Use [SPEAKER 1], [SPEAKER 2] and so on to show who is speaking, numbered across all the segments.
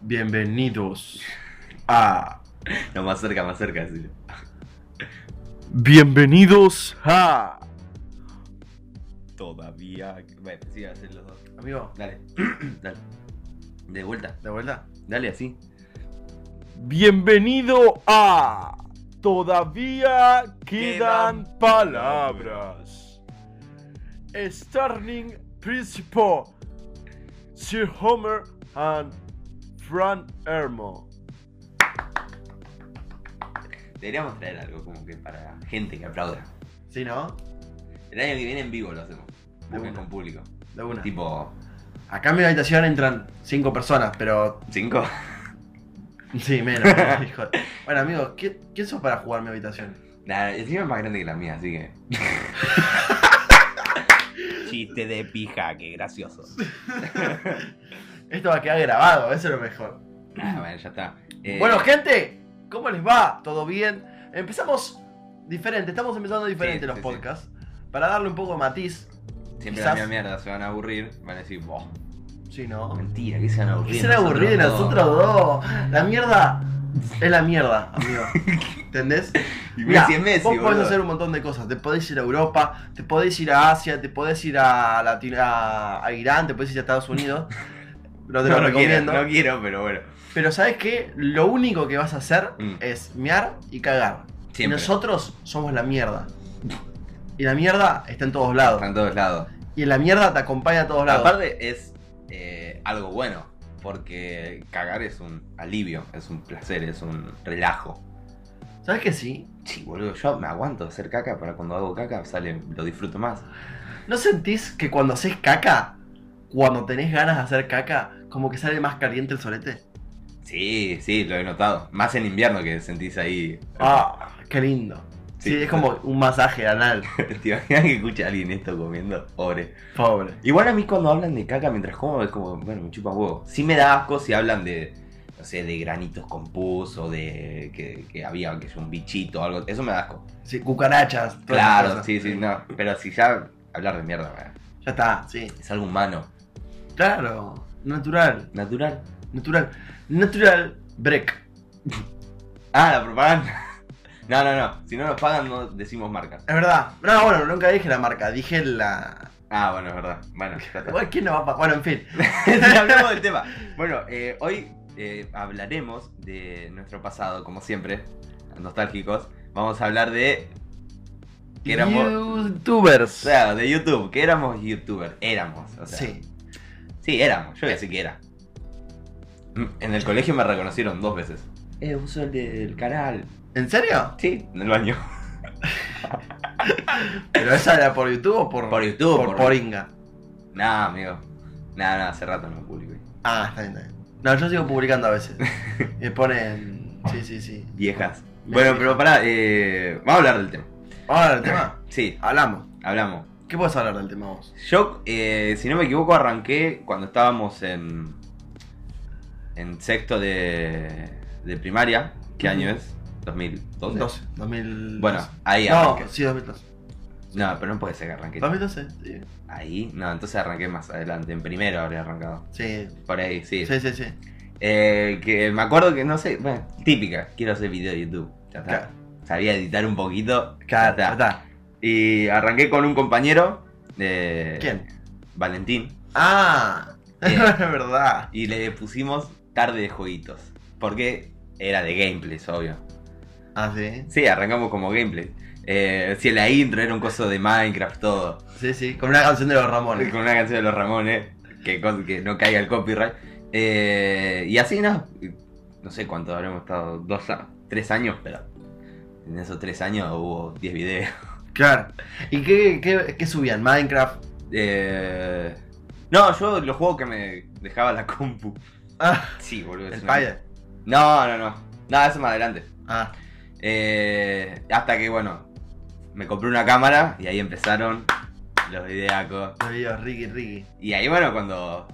[SPEAKER 1] Bienvenidos a.
[SPEAKER 2] No, más cerca, más cerca. sí.
[SPEAKER 1] Bienvenidos a.
[SPEAKER 2] Todavía. Bueno, sí, hacer los dos.
[SPEAKER 1] Amigo,
[SPEAKER 2] Dale. Dale. De vuelta.
[SPEAKER 1] de vuelta.
[SPEAKER 2] Dale así.
[SPEAKER 1] Bienvenido a. Todavía quedan,
[SPEAKER 2] Quedan
[SPEAKER 1] palabras. Starling Principal. Sir Homer and Fran Hermo.
[SPEAKER 2] Deberíamos traer algo como que para gente que aplauda.
[SPEAKER 1] ¿Sí, no?
[SPEAKER 2] El año que viene en vivo lo hacemos. Busquen
[SPEAKER 1] una.
[SPEAKER 2] con público.
[SPEAKER 1] De una.
[SPEAKER 2] Tipo.
[SPEAKER 1] Acá en mi habitación entran cinco personas, pero
[SPEAKER 2] ¿Cinco?
[SPEAKER 1] Sí, menos. hijo de- Bueno, amigo, ¿qué, ¿qué sos para jugar mi habitación?
[SPEAKER 2] Nah, encima es más grande que la mía, así que. Chiste de pija, qué gracioso.
[SPEAKER 1] Esto va a quedar grabado, eso es lo mejor.
[SPEAKER 2] Ah, bueno, ya está. Eh,
[SPEAKER 1] Bueno, gente, ¿cómo les va? ¿Todo bien? Empezamos diferente, estamos empezando diferente
[SPEAKER 2] Sí,
[SPEAKER 1] los
[SPEAKER 2] sí, sí.
[SPEAKER 1] podcasts. Para darle un poco de matiz.
[SPEAKER 2] siempre
[SPEAKER 1] quizás-
[SPEAKER 2] la misma mierda, se van a aburrir. Van a decir, "Boh,
[SPEAKER 1] Sí, no.
[SPEAKER 2] mentira, que se van a aburrir.
[SPEAKER 1] ¿Qué será aburrido de nosotros dos? La mierda es la mierda, amigo. ¿Entendés?
[SPEAKER 2] Y
[SPEAKER 1] Mirá,
[SPEAKER 2] Messi es Messi,
[SPEAKER 1] vos podés
[SPEAKER 2] boludo.
[SPEAKER 1] hacer un montón de cosas. Te podés ir a Europa, te podés ir a Asia, te podés ir a, Latino- a, a Irán, te podés ir a Estados Unidos. No te lo
[SPEAKER 2] no, no quiero,
[SPEAKER 1] recomiendo.
[SPEAKER 2] no quiero, pero bueno.
[SPEAKER 1] Pero ¿sabes qué? Lo único que vas a hacer
[SPEAKER 2] Mm.
[SPEAKER 1] es mear y cagar. Y
[SPEAKER 2] Siempre.
[SPEAKER 1] nosotros somos la mierda. Y la mierda está en todos lados.
[SPEAKER 2] Están en todos lados.
[SPEAKER 1] Y la mierda te acompaña a todos lados.
[SPEAKER 2] Aparte es eh, algo bueno, porque cagar es un alivio, es un placer, es un relajo.
[SPEAKER 1] ¿Sabes qué sí?
[SPEAKER 2] Sí, boludo, yo me aguanto de hacer caca para cuando hago caca sale, lo disfruto más.
[SPEAKER 1] ¿No sentís que cuando haces caca, cuando tenés ganas de hacer caca, como que sale más caliente el solete?
[SPEAKER 2] Sí, sí, lo he notado. Más en invierno que sentís ahí.
[SPEAKER 1] Ah, qué lindo. Sí,
[SPEAKER 2] Sí.
[SPEAKER 1] es como un masaje anal.
[SPEAKER 2] Te imaginas que escucha a alguien esto comiendo, pobre.
[SPEAKER 1] Pobre.
[SPEAKER 2] Igual a mí cuando hablan de caca mientras como es como, bueno, me chupa huevo. Sí me da asco si hablan de, no sé, de granitos con pus o de que, que había que es un bichito o algo. Eso me da asco.
[SPEAKER 1] Sí, cucarachas. todas esas
[SPEAKER 2] Claro,
[SPEAKER 1] cosas.
[SPEAKER 2] sí, sí, no. Pero si ya hablar de mierda, man,
[SPEAKER 1] Ya está, sí.
[SPEAKER 2] es algo humano,
[SPEAKER 1] Claro, natural,
[SPEAKER 2] natural.
[SPEAKER 1] natural. Natural break.
[SPEAKER 2] Ah, la propaganda. No, no, no. Si no nos pagan, no decimos marca.
[SPEAKER 1] Es verdad. No, bueno, nunca dije la marca, dije la.
[SPEAKER 2] Ah, bueno, es verdad. Bueno, ya está.
[SPEAKER 1] Igual, ¿quién no va a pa- Bueno, en fin.
[SPEAKER 2] Sí, hablemos del tema. Bueno, eh, hoy eh, hablaremos de nuestro pasado, como siempre, nostálgicos. Vamos a hablar de. Que éramos.
[SPEAKER 1] Youtubers.
[SPEAKER 2] O sea, de YouTube, que éramos youtubers. Éramos, o sea.
[SPEAKER 1] sí.
[SPEAKER 2] Sí, éramos. Yo voy a decir que era. Mm, En el colegio me reconocieron dos veces. Eh, vos sos el del canal.
[SPEAKER 1] ¿En serio?
[SPEAKER 2] Sí, en el baño.
[SPEAKER 1] ¿Pero esa era por YouTube o por.
[SPEAKER 2] Por YouTube,
[SPEAKER 1] Por,
[SPEAKER 2] por-
[SPEAKER 1] por Inga.
[SPEAKER 2] Nah, amigo. Nah, nah, hace rato no publiqué.
[SPEAKER 1] Ah, está bien, está bien. No, yo sigo publicando a veces. Me ponen. Sí, sí, sí.
[SPEAKER 2] Viejas.
[SPEAKER 1] Me
[SPEAKER 2] Bueno,
[SPEAKER 1] viejas.
[SPEAKER 2] pero pará, eh, vamos a hablar del tema.
[SPEAKER 1] Vamos a hablar del tema.
[SPEAKER 2] Sí,
[SPEAKER 1] Hablamos.
[SPEAKER 2] hablamos.
[SPEAKER 1] ¿Qué puedes hablar del tema vos?
[SPEAKER 2] Yo, eh, si no me equivoco, arranqué cuando estábamos en. en sexto de. de primaria. ¿Qué año es? 2012.
[SPEAKER 1] 2012. 2000.
[SPEAKER 2] Bueno, ahí
[SPEAKER 1] No,
[SPEAKER 2] arranqué.
[SPEAKER 1] sí, 2012.
[SPEAKER 2] No, pero no puede ser que arranqué.
[SPEAKER 1] 2012, sí.
[SPEAKER 2] Ahí, no, entonces arranqué más adelante. En primero habría arrancado.
[SPEAKER 1] Sí,
[SPEAKER 2] Por ahí, sí.
[SPEAKER 1] sí, sí. sí.
[SPEAKER 2] Eh, que me acuerdo que no sé. Bueno, típica. Quiero hacer video de YouTube. Ya está.
[SPEAKER 1] Claro.
[SPEAKER 2] Sabía editar un poquito. ya
[SPEAKER 1] Claro,
[SPEAKER 2] está.
[SPEAKER 1] está.
[SPEAKER 2] Y arranqué con un compañero. eh,
[SPEAKER 1] ¿Quién?
[SPEAKER 2] Valentín.
[SPEAKER 1] Ah, es
[SPEAKER 2] Eh,
[SPEAKER 1] verdad.
[SPEAKER 2] Y le pusimos tarde de jueguitos. Porque era de gameplays, obvio.
[SPEAKER 1] Ah, sí.
[SPEAKER 2] Sí, arrancamos como gameplay. Eh, si la intro era un coso de Minecraft, todo.
[SPEAKER 1] Sí, sí, con una canción de los Ramones.
[SPEAKER 2] Con una canción de los Ramones, que, cos- que no caiga el copyright. Eh, y así no. No sé cuánto habremos estado. Dos, a- tres años, pero. En esos tres años hubo 10 videos.
[SPEAKER 1] Claro. ¿Y qué, qué, qué subían? Minecraft.
[SPEAKER 2] Eh, no, yo los juegos que me dejaba la compu.
[SPEAKER 1] Ah,
[SPEAKER 2] Sí, boludo. es
[SPEAKER 1] el
[SPEAKER 2] una-
[SPEAKER 1] Pyre.
[SPEAKER 2] No, no, no. No, eso más adelante.
[SPEAKER 1] Ah,
[SPEAKER 2] Eh, hasta que, bueno, me compré una cámara y ahí empezaron los videacos.
[SPEAKER 1] los videos, Ricky, Ricky.
[SPEAKER 2] Y ahí, bueno, cuando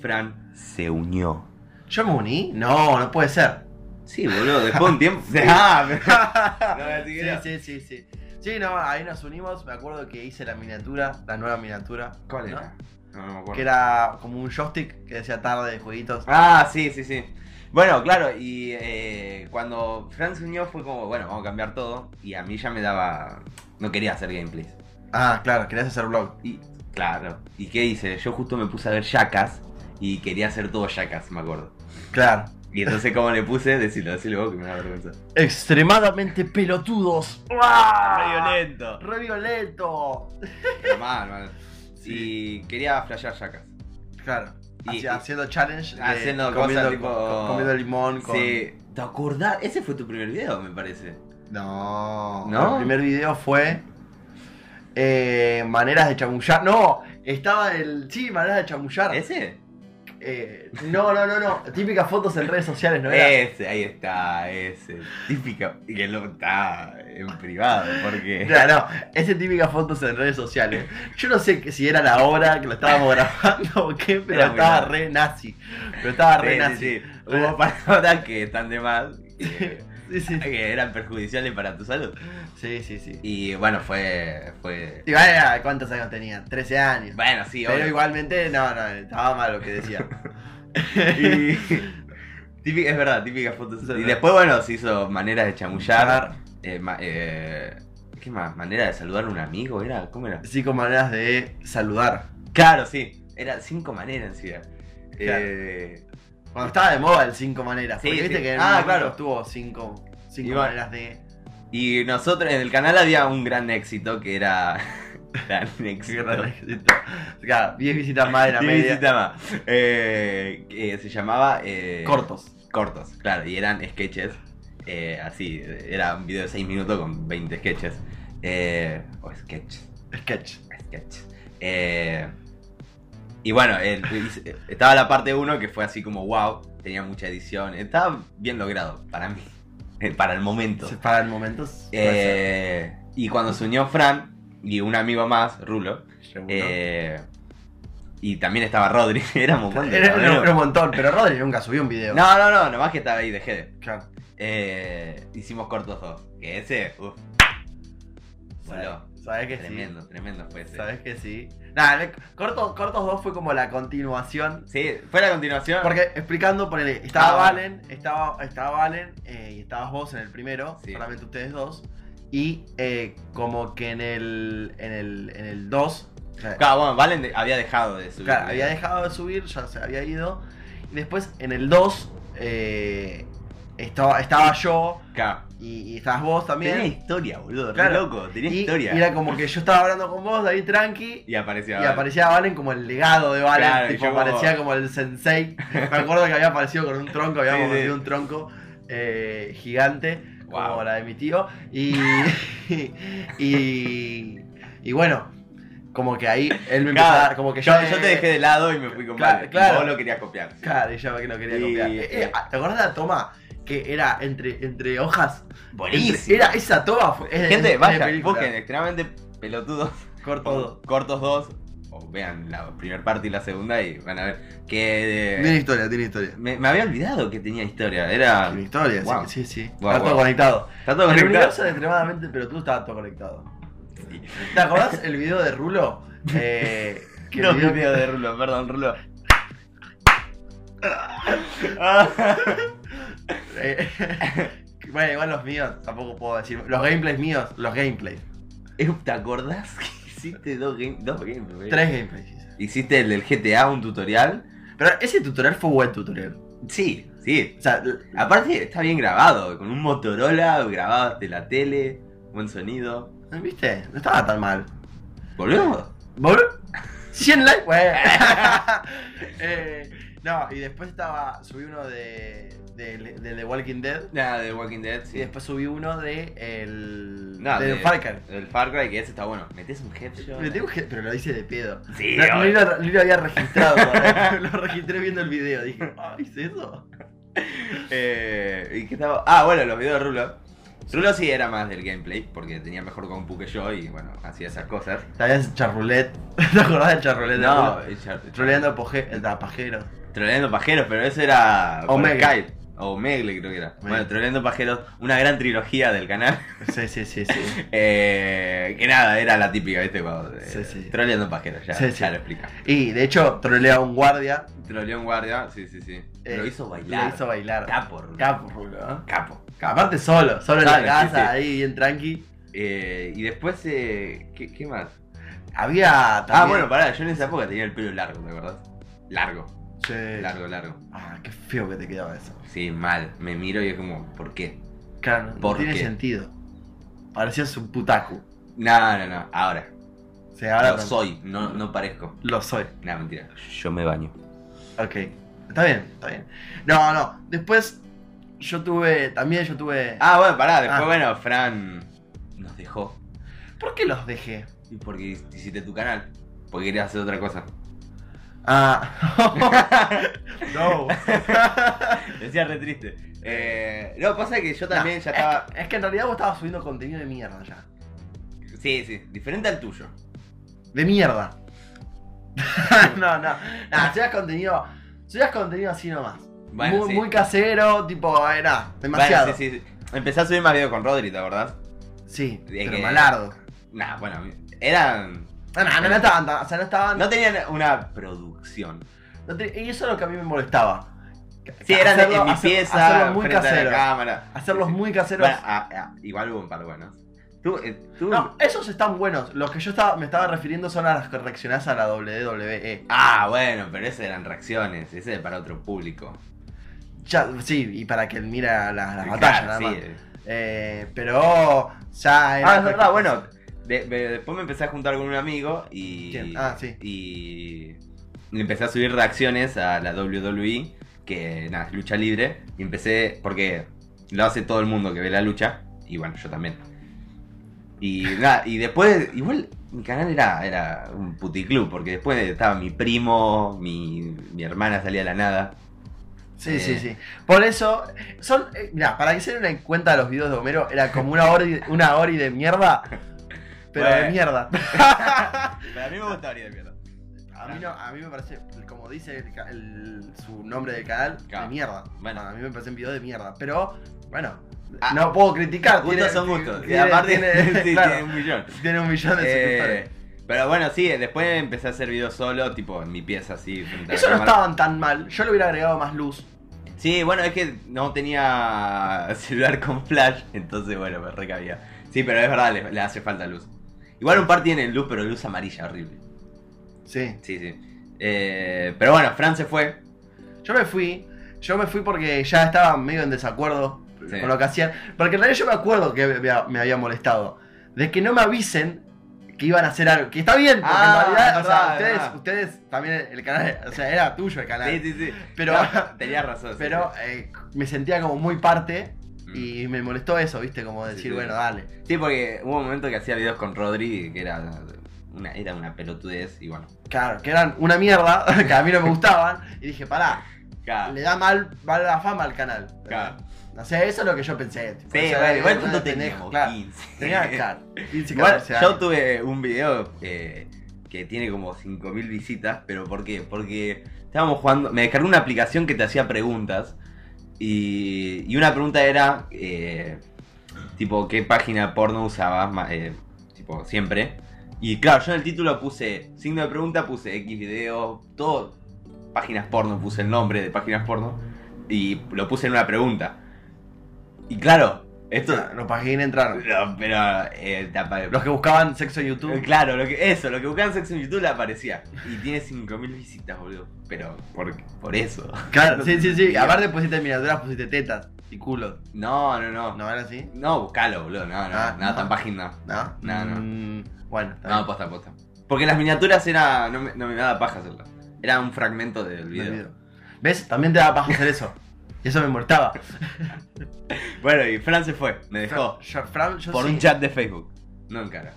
[SPEAKER 2] Fran se unió.
[SPEAKER 1] ¿Yo me uní? No, no puede ser.
[SPEAKER 2] Sí, boludo, después de un tiempo. Ah, pero- No, así
[SPEAKER 1] Sí,
[SPEAKER 2] que no.
[SPEAKER 1] sí, sí, sí. Sí, no, ahí nos unimos. Me acuerdo que hice la miniatura, la nueva miniatura.
[SPEAKER 2] ¿Cuál
[SPEAKER 1] ¿no?
[SPEAKER 2] era? No, no me acuerdo.
[SPEAKER 1] que era como un joystick que decía tarde de jueguitos.
[SPEAKER 2] Ah, sí, sí, sí. Bueno, claro, y eh, cuando Fran se unió fue como, bueno, vamos a cambiar todo. Y a mí ya me daba. No quería hacer gameplays.
[SPEAKER 1] Ah, claro, querías hacer blog.
[SPEAKER 2] Y, claro. ¿Y qué hice? Yo justo me puse a ver Yacas y quería hacer todo Yacas, me acuerdo.
[SPEAKER 1] Claro.
[SPEAKER 2] Y entonces, como le puse? Decilo, decilo vos que me da vergüenza.
[SPEAKER 1] Extremadamente pelotudos.
[SPEAKER 2] ¡Ah!
[SPEAKER 1] ¡Uah!
[SPEAKER 2] violento!
[SPEAKER 1] Re violento.
[SPEAKER 2] Pero mal, mal. Y quería flashear Yacas.
[SPEAKER 1] Claro.
[SPEAKER 2] Y-
[SPEAKER 1] Haci- haciendo challenge. de
[SPEAKER 2] haciendo
[SPEAKER 1] Eh, comiendo,
[SPEAKER 2] cosas tipo-
[SPEAKER 1] co- comiendo limón con.
[SPEAKER 2] Sí. ¿Te acordás? Ese fue tu primer video, me parece.
[SPEAKER 1] No.
[SPEAKER 2] ¿No?
[SPEAKER 1] El primer video fue. eh, maneras de chamullar. No, estaba el. Sí, maneras de chamullar.
[SPEAKER 2] ¿Ese?
[SPEAKER 1] Eh, no, no, no, no. Típicas fotos en redes sociales, ¿no era?
[SPEAKER 2] Ese, ahí está, ese. Típica. Y que lo está en privado, porque.
[SPEAKER 1] No, no, ese típicas fotos en redes sociales. Yo no sé que si era la hora que lo estábamos grabando o qué, pero
[SPEAKER 2] Era muy
[SPEAKER 1] estaba
[SPEAKER 2] mal.
[SPEAKER 1] re nazi. Pero estaba re
[SPEAKER 2] Sí,
[SPEAKER 1] nazi.
[SPEAKER 2] sí, sí. Hubo palabras que están de más, que,
[SPEAKER 1] Sí, sí,
[SPEAKER 2] que eran perjudiciales para tu salud.
[SPEAKER 1] sí. sí, sí.
[SPEAKER 2] Y bueno, fue. fue...
[SPEAKER 1] Igual era- ¿cuántos años tenía? 13 años.
[SPEAKER 2] Bueno, sí,
[SPEAKER 1] Pero
[SPEAKER 2] obvio.
[SPEAKER 1] igualmente, no, no, estaba mal lo que decía.
[SPEAKER 2] Y- típica- es verdad, típicas fotos. Y después, bueno, se hizo maneras de chamullar. eh, ma- eh, ¿Qué más? ¿Manera de saludar a un amigo? ¿Era? ¿Cómo era?
[SPEAKER 1] Cinco maneras de saludar.
[SPEAKER 2] Claro, sí. Era cinco maneras en sí. Eh,
[SPEAKER 1] Cuando estaba de moda el cinco maneras.
[SPEAKER 2] Sí,
[SPEAKER 1] porque viste
[SPEAKER 2] sí.
[SPEAKER 1] que en
[SPEAKER 2] Ah,
[SPEAKER 1] un momento
[SPEAKER 2] claro.
[SPEAKER 1] estuvo cinco, cinco
[SPEAKER 2] Y bueno.
[SPEAKER 1] maneras de.
[SPEAKER 2] Y nosotros en el canal había un gran éxito que era. gran éxito.
[SPEAKER 1] Claro, 10 visitas más de la
[SPEAKER 2] Y
[SPEAKER 1] media.
[SPEAKER 2] visita más. Eh, que se llamaba. eh,
[SPEAKER 1] Cortos.
[SPEAKER 2] Cortos, claro. Y eran sketches. eh, así, era un video de 6 minutos con 20 sketches. eh, o sketches.
[SPEAKER 1] Sketch.
[SPEAKER 2] sketch. Eh, y bueno, el- estaba la parte 1 que fue así como wow, tenía mucha edición. Estaba bien logrado para mí, eh, para el momento.
[SPEAKER 1] Se pagan momentos. puede
[SPEAKER 2] Eh, y cuando se unió Fran y un amigo más, Rulo,
[SPEAKER 1] ser.
[SPEAKER 2] eh, y también estaba Rodri, éramos cuántos.
[SPEAKER 1] Era, era-
[SPEAKER 2] Bueno,
[SPEAKER 1] era un montón, pero Rodri nunca subió un video.
[SPEAKER 2] No, no, no, nomás que estaba ahí de Jede.
[SPEAKER 1] Claro.
[SPEAKER 2] Eh, hicimos cortos dos. Que ese, uff, Voló.
[SPEAKER 1] Sabes que
[SPEAKER 2] tremendo, tremendo fue
[SPEAKER 1] sí.
[SPEAKER 2] ese.
[SPEAKER 1] Sabes que sí. Nada, Cortos, Cortos 2 fue como la continuación
[SPEAKER 2] Sí, fue la continuación.
[SPEAKER 1] Porque explicando, ponele, estaba
[SPEAKER 2] Ah,
[SPEAKER 1] Valen, estaba, estaba Valen eh, y estabas vos en el primero,
[SPEAKER 2] Sí.
[SPEAKER 1] solamente ustedes dos. Y eh, como que en el. en el. en el 2. o sea,
[SPEAKER 2] Claro, bueno, Valen de- había dejado de subir.
[SPEAKER 1] claro, había dejado de subir, ya se había ido. Y después en el 2 eh, estaba, estaba yo
[SPEAKER 2] Claro.
[SPEAKER 1] y, y estabas vos
[SPEAKER 2] Tenía
[SPEAKER 1] también.
[SPEAKER 2] historia, boludo.
[SPEAKER 1] Claro.
[SPEAKER 2] Re loco, tenía
[SPEAKER 1] Y,
[SPEAKER 2] historia.
[SPEAKER 1] y era como que yo estaba hablando con vos, David Tranqui,
[SPEAKER 2] Y apareció.
[SPEAKER 1] Y aparecía Valen como el legado de Valen,
[SPEAKER 2] Claro,
[SPEAKER 1] tipo,
[SPEAKER 2] yo como-
[SPEAKER 1] aparecía como el sensei. Me acuerdo que había aparecido con un tronco, habíamos
[SPEAKER 2] Sí, sí.
[SPEAKER 1] conseguido un tronco eh, gigante, como
[SPEAKER 2] Wow.
[SPEAKER 1] la de mi tío. Y, y, y bueno, como que ahí él me empezó a dar, como que
[SPEAKER 2] yo,
[SPEAKER 1] yo,
[SPEAKER 2] yo te dejé de lado y me fui con
[SPEAKER 1] Claro,
[SPEAKER 2] Valen.
[SPEAKER 1] claro.
[SPEAKER 2] Vos lo querías copiar. sí.
[SPEAKER 1] Claro, y yo que no quería
[SPEAKER 2] Y-
[SPEAKER 1] copiar. Eh, eh, ¿Te acordás de la toma que era entre, entre hojas? Entre-
[SPEAKER 2] Buenísimo.
[SPEAKER 1] Era esa toma. fue- es de- es
[SPEAKER 2] Gente,
[SPEAKER 1] de
[SPEAKER 2] vaya,
[SPEAKER 1] película.
[SPEAKER 2] busquen extremadamente pelotudos.
[SPEAKER 1] Corto.
[SPEAKER 2] Cortos dos. O vean la primera parte y la segunda y van a ver. Que. eh,
[SPEAKER 1] Tiene historia, tiene historia.
[SPEAKER 2] me, me había olvidado que tenía historia. Era.
[SPEAKER 1] Tiene historia, sí,
[SPEAKER 2] Wow.
[SPEAKER 1] sí, sí.
[SPEAKER 2] Wow,
[SPEAKER 1] Está todo
[SPEAKER 2] wow.
[SPEAKER 1] conectado.
[SPEAKER 2] Está todo
[SPEAKER 1] El
[SPEAKER 2] conectado.
[SPEAKER 1] universo de extremadamente pero tú estabas todo conectado. ¿Te acordás el video de Rulo? Eh, que
[SPEAKER 2] No,
[SPEAKER 1] el video-
[SPEAKER 2] video de Rulo, perdón, Rulo.
[SPEAKER 1] eh, bueno, igual los míos, tampoco puedo decir. Los gameplays míos, los gameplays.
[SPEAKER 2] Eh, ¿Te acordás que hiciste dos games? Dos games, güey?
[SPEAKER 1] Tres gameplays. hice.
[SPEAKER 2] Hiciste el del GTA, un tutorial.
[SPEAKER 1] Pero ese tutorial fue buen tutorial.
[SPEAKER 2] Sí, sí.
[SPEAKER 1] O sea, l-
[SPEAKER 2] Aparte está bien grabado, con un Motorola grabado de la tele, buen sonido.
[SPEAKER 1] ¿viste? No estaba tan mal.
[SPEAKER 2] Boludo.
[SPEAKER 1] ¿Vol? 100 likes, güey. Eh, no, y después estaba. Subí uno de. de, de The Walking Dead.
[SPEAKER 2] Nada, de Walking Dead, sí.
[SPEAKER 1] Y después subí uno de. El.
[SPEAKER 2] Nada,
[SPEAKER 1] de,
[SPEAKER 2] de-
[SPEAKER 1] Far Cry.
[SPEAKER 2] El Far Cry, que ese está bueno. Metes un headshot.
[SPEAKER 1] Pero tengo que- pero lo hice de pedo.
[SPEAKER 2] Sí,
[SPEAKER 1] No, no,
[SPEAKER 2] obvio.
[SPEAKER 1] lo, no lo había registrado, ¿verdad? lo registré viendo el video. Dije, ah, ¿hice eso?
[SPEAKER 2] Eh, ¿y qué estaba? Ah, bueno, los videos de Rulo. Rulo sí era más del gameplay, porque tenía mejor compu que yo y bueno, hacía esas cosas.
[SPEAKER 1] También charrulet. ¿Te acordás del charrulet?
[SPEAKER 2] No, eh,
[SPEAKER 1] De
[SPEAKER 2] el char-
[SPEAKER 1] Troleando poje, el tapajero.
[SPEAKER 2] Troleando pajeros, pero eso era. por
[SPEAKER 1] Omega.
[SPEAKER 2] Skype. O Megle creo que era.
[SPEAKER 1] Megle.
[SPEAKER 2] Bueno, Troleando Pajeros, una gran trilogía del canal.
[SPEAKER 1] Sí, sí, sí, sí.
[SPEAKER 2] Eh, que nada, era la típica, ¿viste? Cuando, eh,
[SPEAKER 1] Sí, sí.
[SPEAKER 2] Troleando Pajeros, ya,
[SPEAKER 1] Sí, sí.
[SPEAKER 2] ya lo explica.
[SPEAKER 1] Y de hecho, trolea a un guardia.
[SPEAKER 2] Troleó un guardia, sí, sí, sí.
[SPEAKER 1] eh,
[SPEAKER 2] lo hizo bailar.
[SPEAKER 1] Lo hizo bailar.
[SPEAKER 2] Capo, Rubén.
[SPEAKER 1] Capo, boludo.
[SPEAKER 2] Capo. capo.
[SPEAKER 1] Aparte solo, solo en la
[SPEAKER 2] Claro, sí,
[SPEAKER 1] casa,
[SPEAKER 2] sí.
[SPEAKER 1] ahí bien tranqui.
[SPEAKER 2] Eh, y después, eh, ¿qué, qué más?
[SPEAKER 1] Había también...
[SPEAKER 2] Ah, bueno, pará, yo en esa época tenía el pelo largo, ¿te acordás? Largo,
[SPEAKER 1] Sí.
[SPEAKER 2] largo, largo.
[SPEAKER 1] Ah, qué feo que te quedaba eso.
[SPEAKER 2] Sí, mal. Me miro y es como, ¿por qué?
[SPEAKER 1] Claro, no
[SPEAKER 2] ¿Por
[SPEAKER 1] tiene
[SPEAKER 2] qué?
[SPEAKER 1] sentido. Parecías un putaco.
[SPEAKER 2] No, no, no, ahora.
[SPEAKER 1] O sea, ahora
[SPEAKER 2] lo
[SPEAKER 1] tam-
[SPEAKER 2] soy, no, no parezco.
[SPEAKER 1] Lo soy.
[SPEAKER 2] Nada, mentira. Yo me baño.
[SPEAKER 1] Ok. Está bien, está bien. No, no. Después yo tuve. También yo tuve.
[SPEAKER 2] Ah, bueno, pará, después,
[SPEAKER 1] Ah.
[SPEAKER 2] bueno, Fran nos dejó.
[SPEAKER 1] ¿Por qué los dejé?
[SPEAKER 2] Y porque hiciste tu canal. Porque querías hacer otra cosa.
[SPEAKER 1] Ah. no.
[SPEAKER 2] Decía re triste. Eh, no, pasa que yo también ya
[SPEAKER 1] No,
[SPEAKER 2] estaba.
[SPEAKER 1] Es, es que en realidad vos estabas subiendo contenido de mierda ya.
[SPEAKER 2] Sí, sí, diferente al tuyo.
[SPEAKER 1] De mierda. no, no. Nah, subías contenido. Subías contenido así nomás.
[SPEAKER 2] Bueno,
[SPEAKER 1] muy,
[SPEAKER 2] sí.
[SPEAKER 1] muy casero, tipo, era,
[SPEAKER 2] Bueno,
[SPEAKER 1] demasiado.
[SPEAKER 2] sí,
[SPEAKER 1] sí,
[SPEAKER 2] sí, sí. Empecé a subir más videos con Rodri, ¿te acordás? De
[SPEAKER 1] pero
[SPEAKER 2] que-
[SPEAKER 1] malardo.
[SPEAKER 2] Nah, bueno, eran.
[SPEAKER 1] No, no, no, no estaban, tan- o sea, no estaban.
[SPEAKER 2] No tenían una producción.
[SPEAKER 1] no te- y eso es lo que a mí me molestaba.
[SPEAKER 2] Sí, eran de-
[SPEAKER 1] Hacerlo-
[SPEAKER 2] en mi
[SPEAKER 1] hacer-
[SPEAKER 2] pieza,
[SPEAKER 1] Hacerlos muy
[SPEAKER 2] frente a la
[SPEAKER 1] caseros.
[SPEAKER 2] cámara.
[SPEAKER 1] Hacerlos
[SPEAKER 2] Sí, sí.
[SPEAKER 1] muy caseros.
[SPEAKER 2] Bueno, ah, ah, igual hubo un par buenos. Tú, eh, tú-
[SPEAKER 1] No, esos están buenos. Los que yo estaba, me estaba refiriendo son a las que reaccionás a la E. WWE.
[SPEAKER 2] Ah, bueno, pero esas eran reacciones. Ese es para otro público.
[SPEAKER 1] Ya, sí, y para que él mira las, las
[SPEAKER 2] Claro,
[SPEAKER 1] batallas, nada
[SPEAKER 2] sí,
[SPEAKER 1] más.
[SPEAKER 2] eh.
[SPEAKER 1] Eh, pero ya era
[SPEAKER 2] Ah, es
[SPEAKER 1] otra
[SPEAKER 2] verdad,
[SPEAKER 1] cosa.
[SPEAKER 2] bueno. de- de- después me empecé a juntar con un amigo y.
[SPEAKER 1] ¿Quién? Ah, sí.
[SPEAKER 2] Y. le Empecé a subir reacciones a la WWE, que nada, es lucha libre. Y empecé, porque lo hace todo el mundo que ve la lucha. Y bueno, yo también. Y nada, y después, igual mi canal era, era un puticlub, porque después estaba mi primo, mi, mi hermana salía de la nada.
[SPEAKER 1] Sí,
[SPEAKER 2] Eh.
[SPEAKER 1] sí, sí. Por eso, son. eh, mirá, para que se den en cuenta los videos de Homero, era como una hora y, una hora y de mierda. Pero de
[SPEAKER 2] Bueno.
[SPEAKER 1] mierda.
[SPEAKER 2] Para mí me gustaba ir de mierda.
[SPEAKER 1] A mí, no, a mí me parece, como dice el ca- el- su nombre del canal,
[SPEAKER 2] Claro.
[SPEAKER 1] de mierda.
[SPEAKER 2] Bueno.
[SPEAKER 1] a mí me parecen videos de mierda. Pero, bueno,
[SPEAKER 2] Ah.
[SPEAKER 1] no puedo criticar.
[SPEAKER 2] Gustos
[SPEAKER 1] tiene-
[SPEAKER 2] son gustos.
[SPEAKER 1] tiene-
[SPEAKER 2] y aparte,
[SPEAKER 1] tiene,
[SPEAKER 2] sí,
[SPEAKER 1] claro,
[SPEAKER 2] tiene un millón.
[SPEAKER 1] tiene un millón de
[SPEAKER 2] Eh,
[SPEAKER 1] suscriptores.
[SPEAKER 2] pero bueno, sí, después empecé a hacer videos solo, tipo en mi pieza así. frente a la
[SPEAKER 1] Eso no
[SPEAKER 2] cámara.
[SPEAKER 1] estaban tan mal. Yo le hubiera agregado más luz.
[SPEAKER 2] Sí, bueno, es que no tenía celular con flash, entonces bueno, me recabía. Sí, pero es verdad, le, le hace falta luz. Igual un par tienen luz, pero luz amarilla, horrible.
[SPEAKER 1] Sí.
[SPEAKER 2] Sí, sí. Eh, pero bueno, Fran se fue.
[SPEAKER 1] Yo me fui. Yo me fui porque ya estaba medio en desacuerdo
[SPEAKER 2] Sí.
[SPEAKER 1] con lo que hacían. Porque en realidad yo me acuerdo que me había, me había molestado. De que no me avisen que iban a hacer algo. Que está bien, porque
[SPEAKER 2] Ah,
[SPEAKER 1] en realidad, o sea,
[SPEAKER 2] verdad,
[SPEAKER 1] ustedes,
[SPEAKER 2] verdad.
[SPEAKER 1] ustedes también el canal, o sea, era tuyo el canal.
[SPEAKER 2] Sí, sí, sí.
[SPEAKER 1] Pero-
[SPEAKER 2] No, tenía razón. sí,
[SPEAKER 1] Pero eh, me sentía como muy parte
[SPEAKER 2] sí.
[SPEAKER 1] y me molestó eso, ¿viste? Como
[SPEAKER 2] Sí,
[SPEAKER 1] decir,
[SPEAKER 2] sí.
[SPEAKER 1] bueno, dale.
[SPEAKER 2] Sí, porque hubo un momento que hacía videos con Rodri, que era una, era una pelotudez, y bueno.
[SPEAKER 1] Claro, que eran una mierda, que a mí no me gustaban. Y dije, pará,
[SPEAKER 2] Claro.
[SPEAKER 1] le da mal, mala fama al canal.
[SPEAKER 2] Claro.
[SPEAKER 1] O sea, eso es lo que yo pensé. tipo,
[SPEAKER 2] Sí,
[SPEAKER 1] o sea,
[SPEAKER 2] bueno, igual
[SPEAKER 1] era
[SPEAKER 2] tú
[SPEAKER 1] un
[SPEAKER 2] no tenías
[SPEAKER 1] pendejo,
[SPEAKER 2] vos
[SPEAKER 1] eh, claro.
[SPEAKER 2] 15.
[SPEAKER 1] Tenía, claro, 15,
[SPEAKER 2] Igual,
[SPEAKER 1] 14 años.
[SPEAKER 2] yo tuve un video eh, que tiene como 5.000 visitas, pero ¿por qué? Porque estábamos jugando, me descargué una aplicación que te hacía preguntas y, y una pregunta era, eh, tipo, ¿qué página porno usabas? ma- eh, tipo, siempre. Y claro, yo en el título puse, signo de pregunta, puse X video, todo, páginas porno, puse el nombre de páginas porno y lo puse en una pregunta. Y claro, esto...
[SPEAKER 1] Claro, Los páginas entraron.
[SPEAKER 2] No, pero eh, te apa-
[SPEAKER 1] Los que buscaban sexo en YouTube.
[SPEAKER 2] Eh, Claro, lo que, eso, lo que buscaban sexo en YouTube le aparecía. Y tiene 5.000 visitas, boludo. Pero por, por eso.
[SPEAKER 1] Claro, sí, sí, sí. Aparte pusiste miniaturas, pusiste tetas y culo.
[SPEAKER 2] No, no, no. No,
[SPEAKER 1] ¿No era así?
[SPEAKER 2] buscalo, boludo. No, no,
[SPEAKER 1] Ah,
[SPEAKER 2] nada,
[SPEAKER 1] no.
[SPEAKER 2] tan página.
[SPEAKER 1] ¿No?
[SPEAKER 2] No, no.
[SPEAKER 1] Mm, bueno, está
[SPEAKER 2] No,
[SPEAKER 1] bien.
[SPEAKER 2] posta, posta. Porque las miniaturas era. No me, no me daba paja hacerlas. Era un fragmento del
[SPEAKER 1] Me
[SPEAKER 2] video.
[SPEAKER 1] olvido. ¿Ves? También te da paja hacer eso. Y eso me molestaba.
[SPEAKER 2] Bueno, y Fran se fue, me dejó.
[SPEAKER 1] Yo, Fran, yo
[SPEAKER 2] por
[SPEAKER 1] sí.
[SPEAKER 2] un chat de Facebook. No en cara.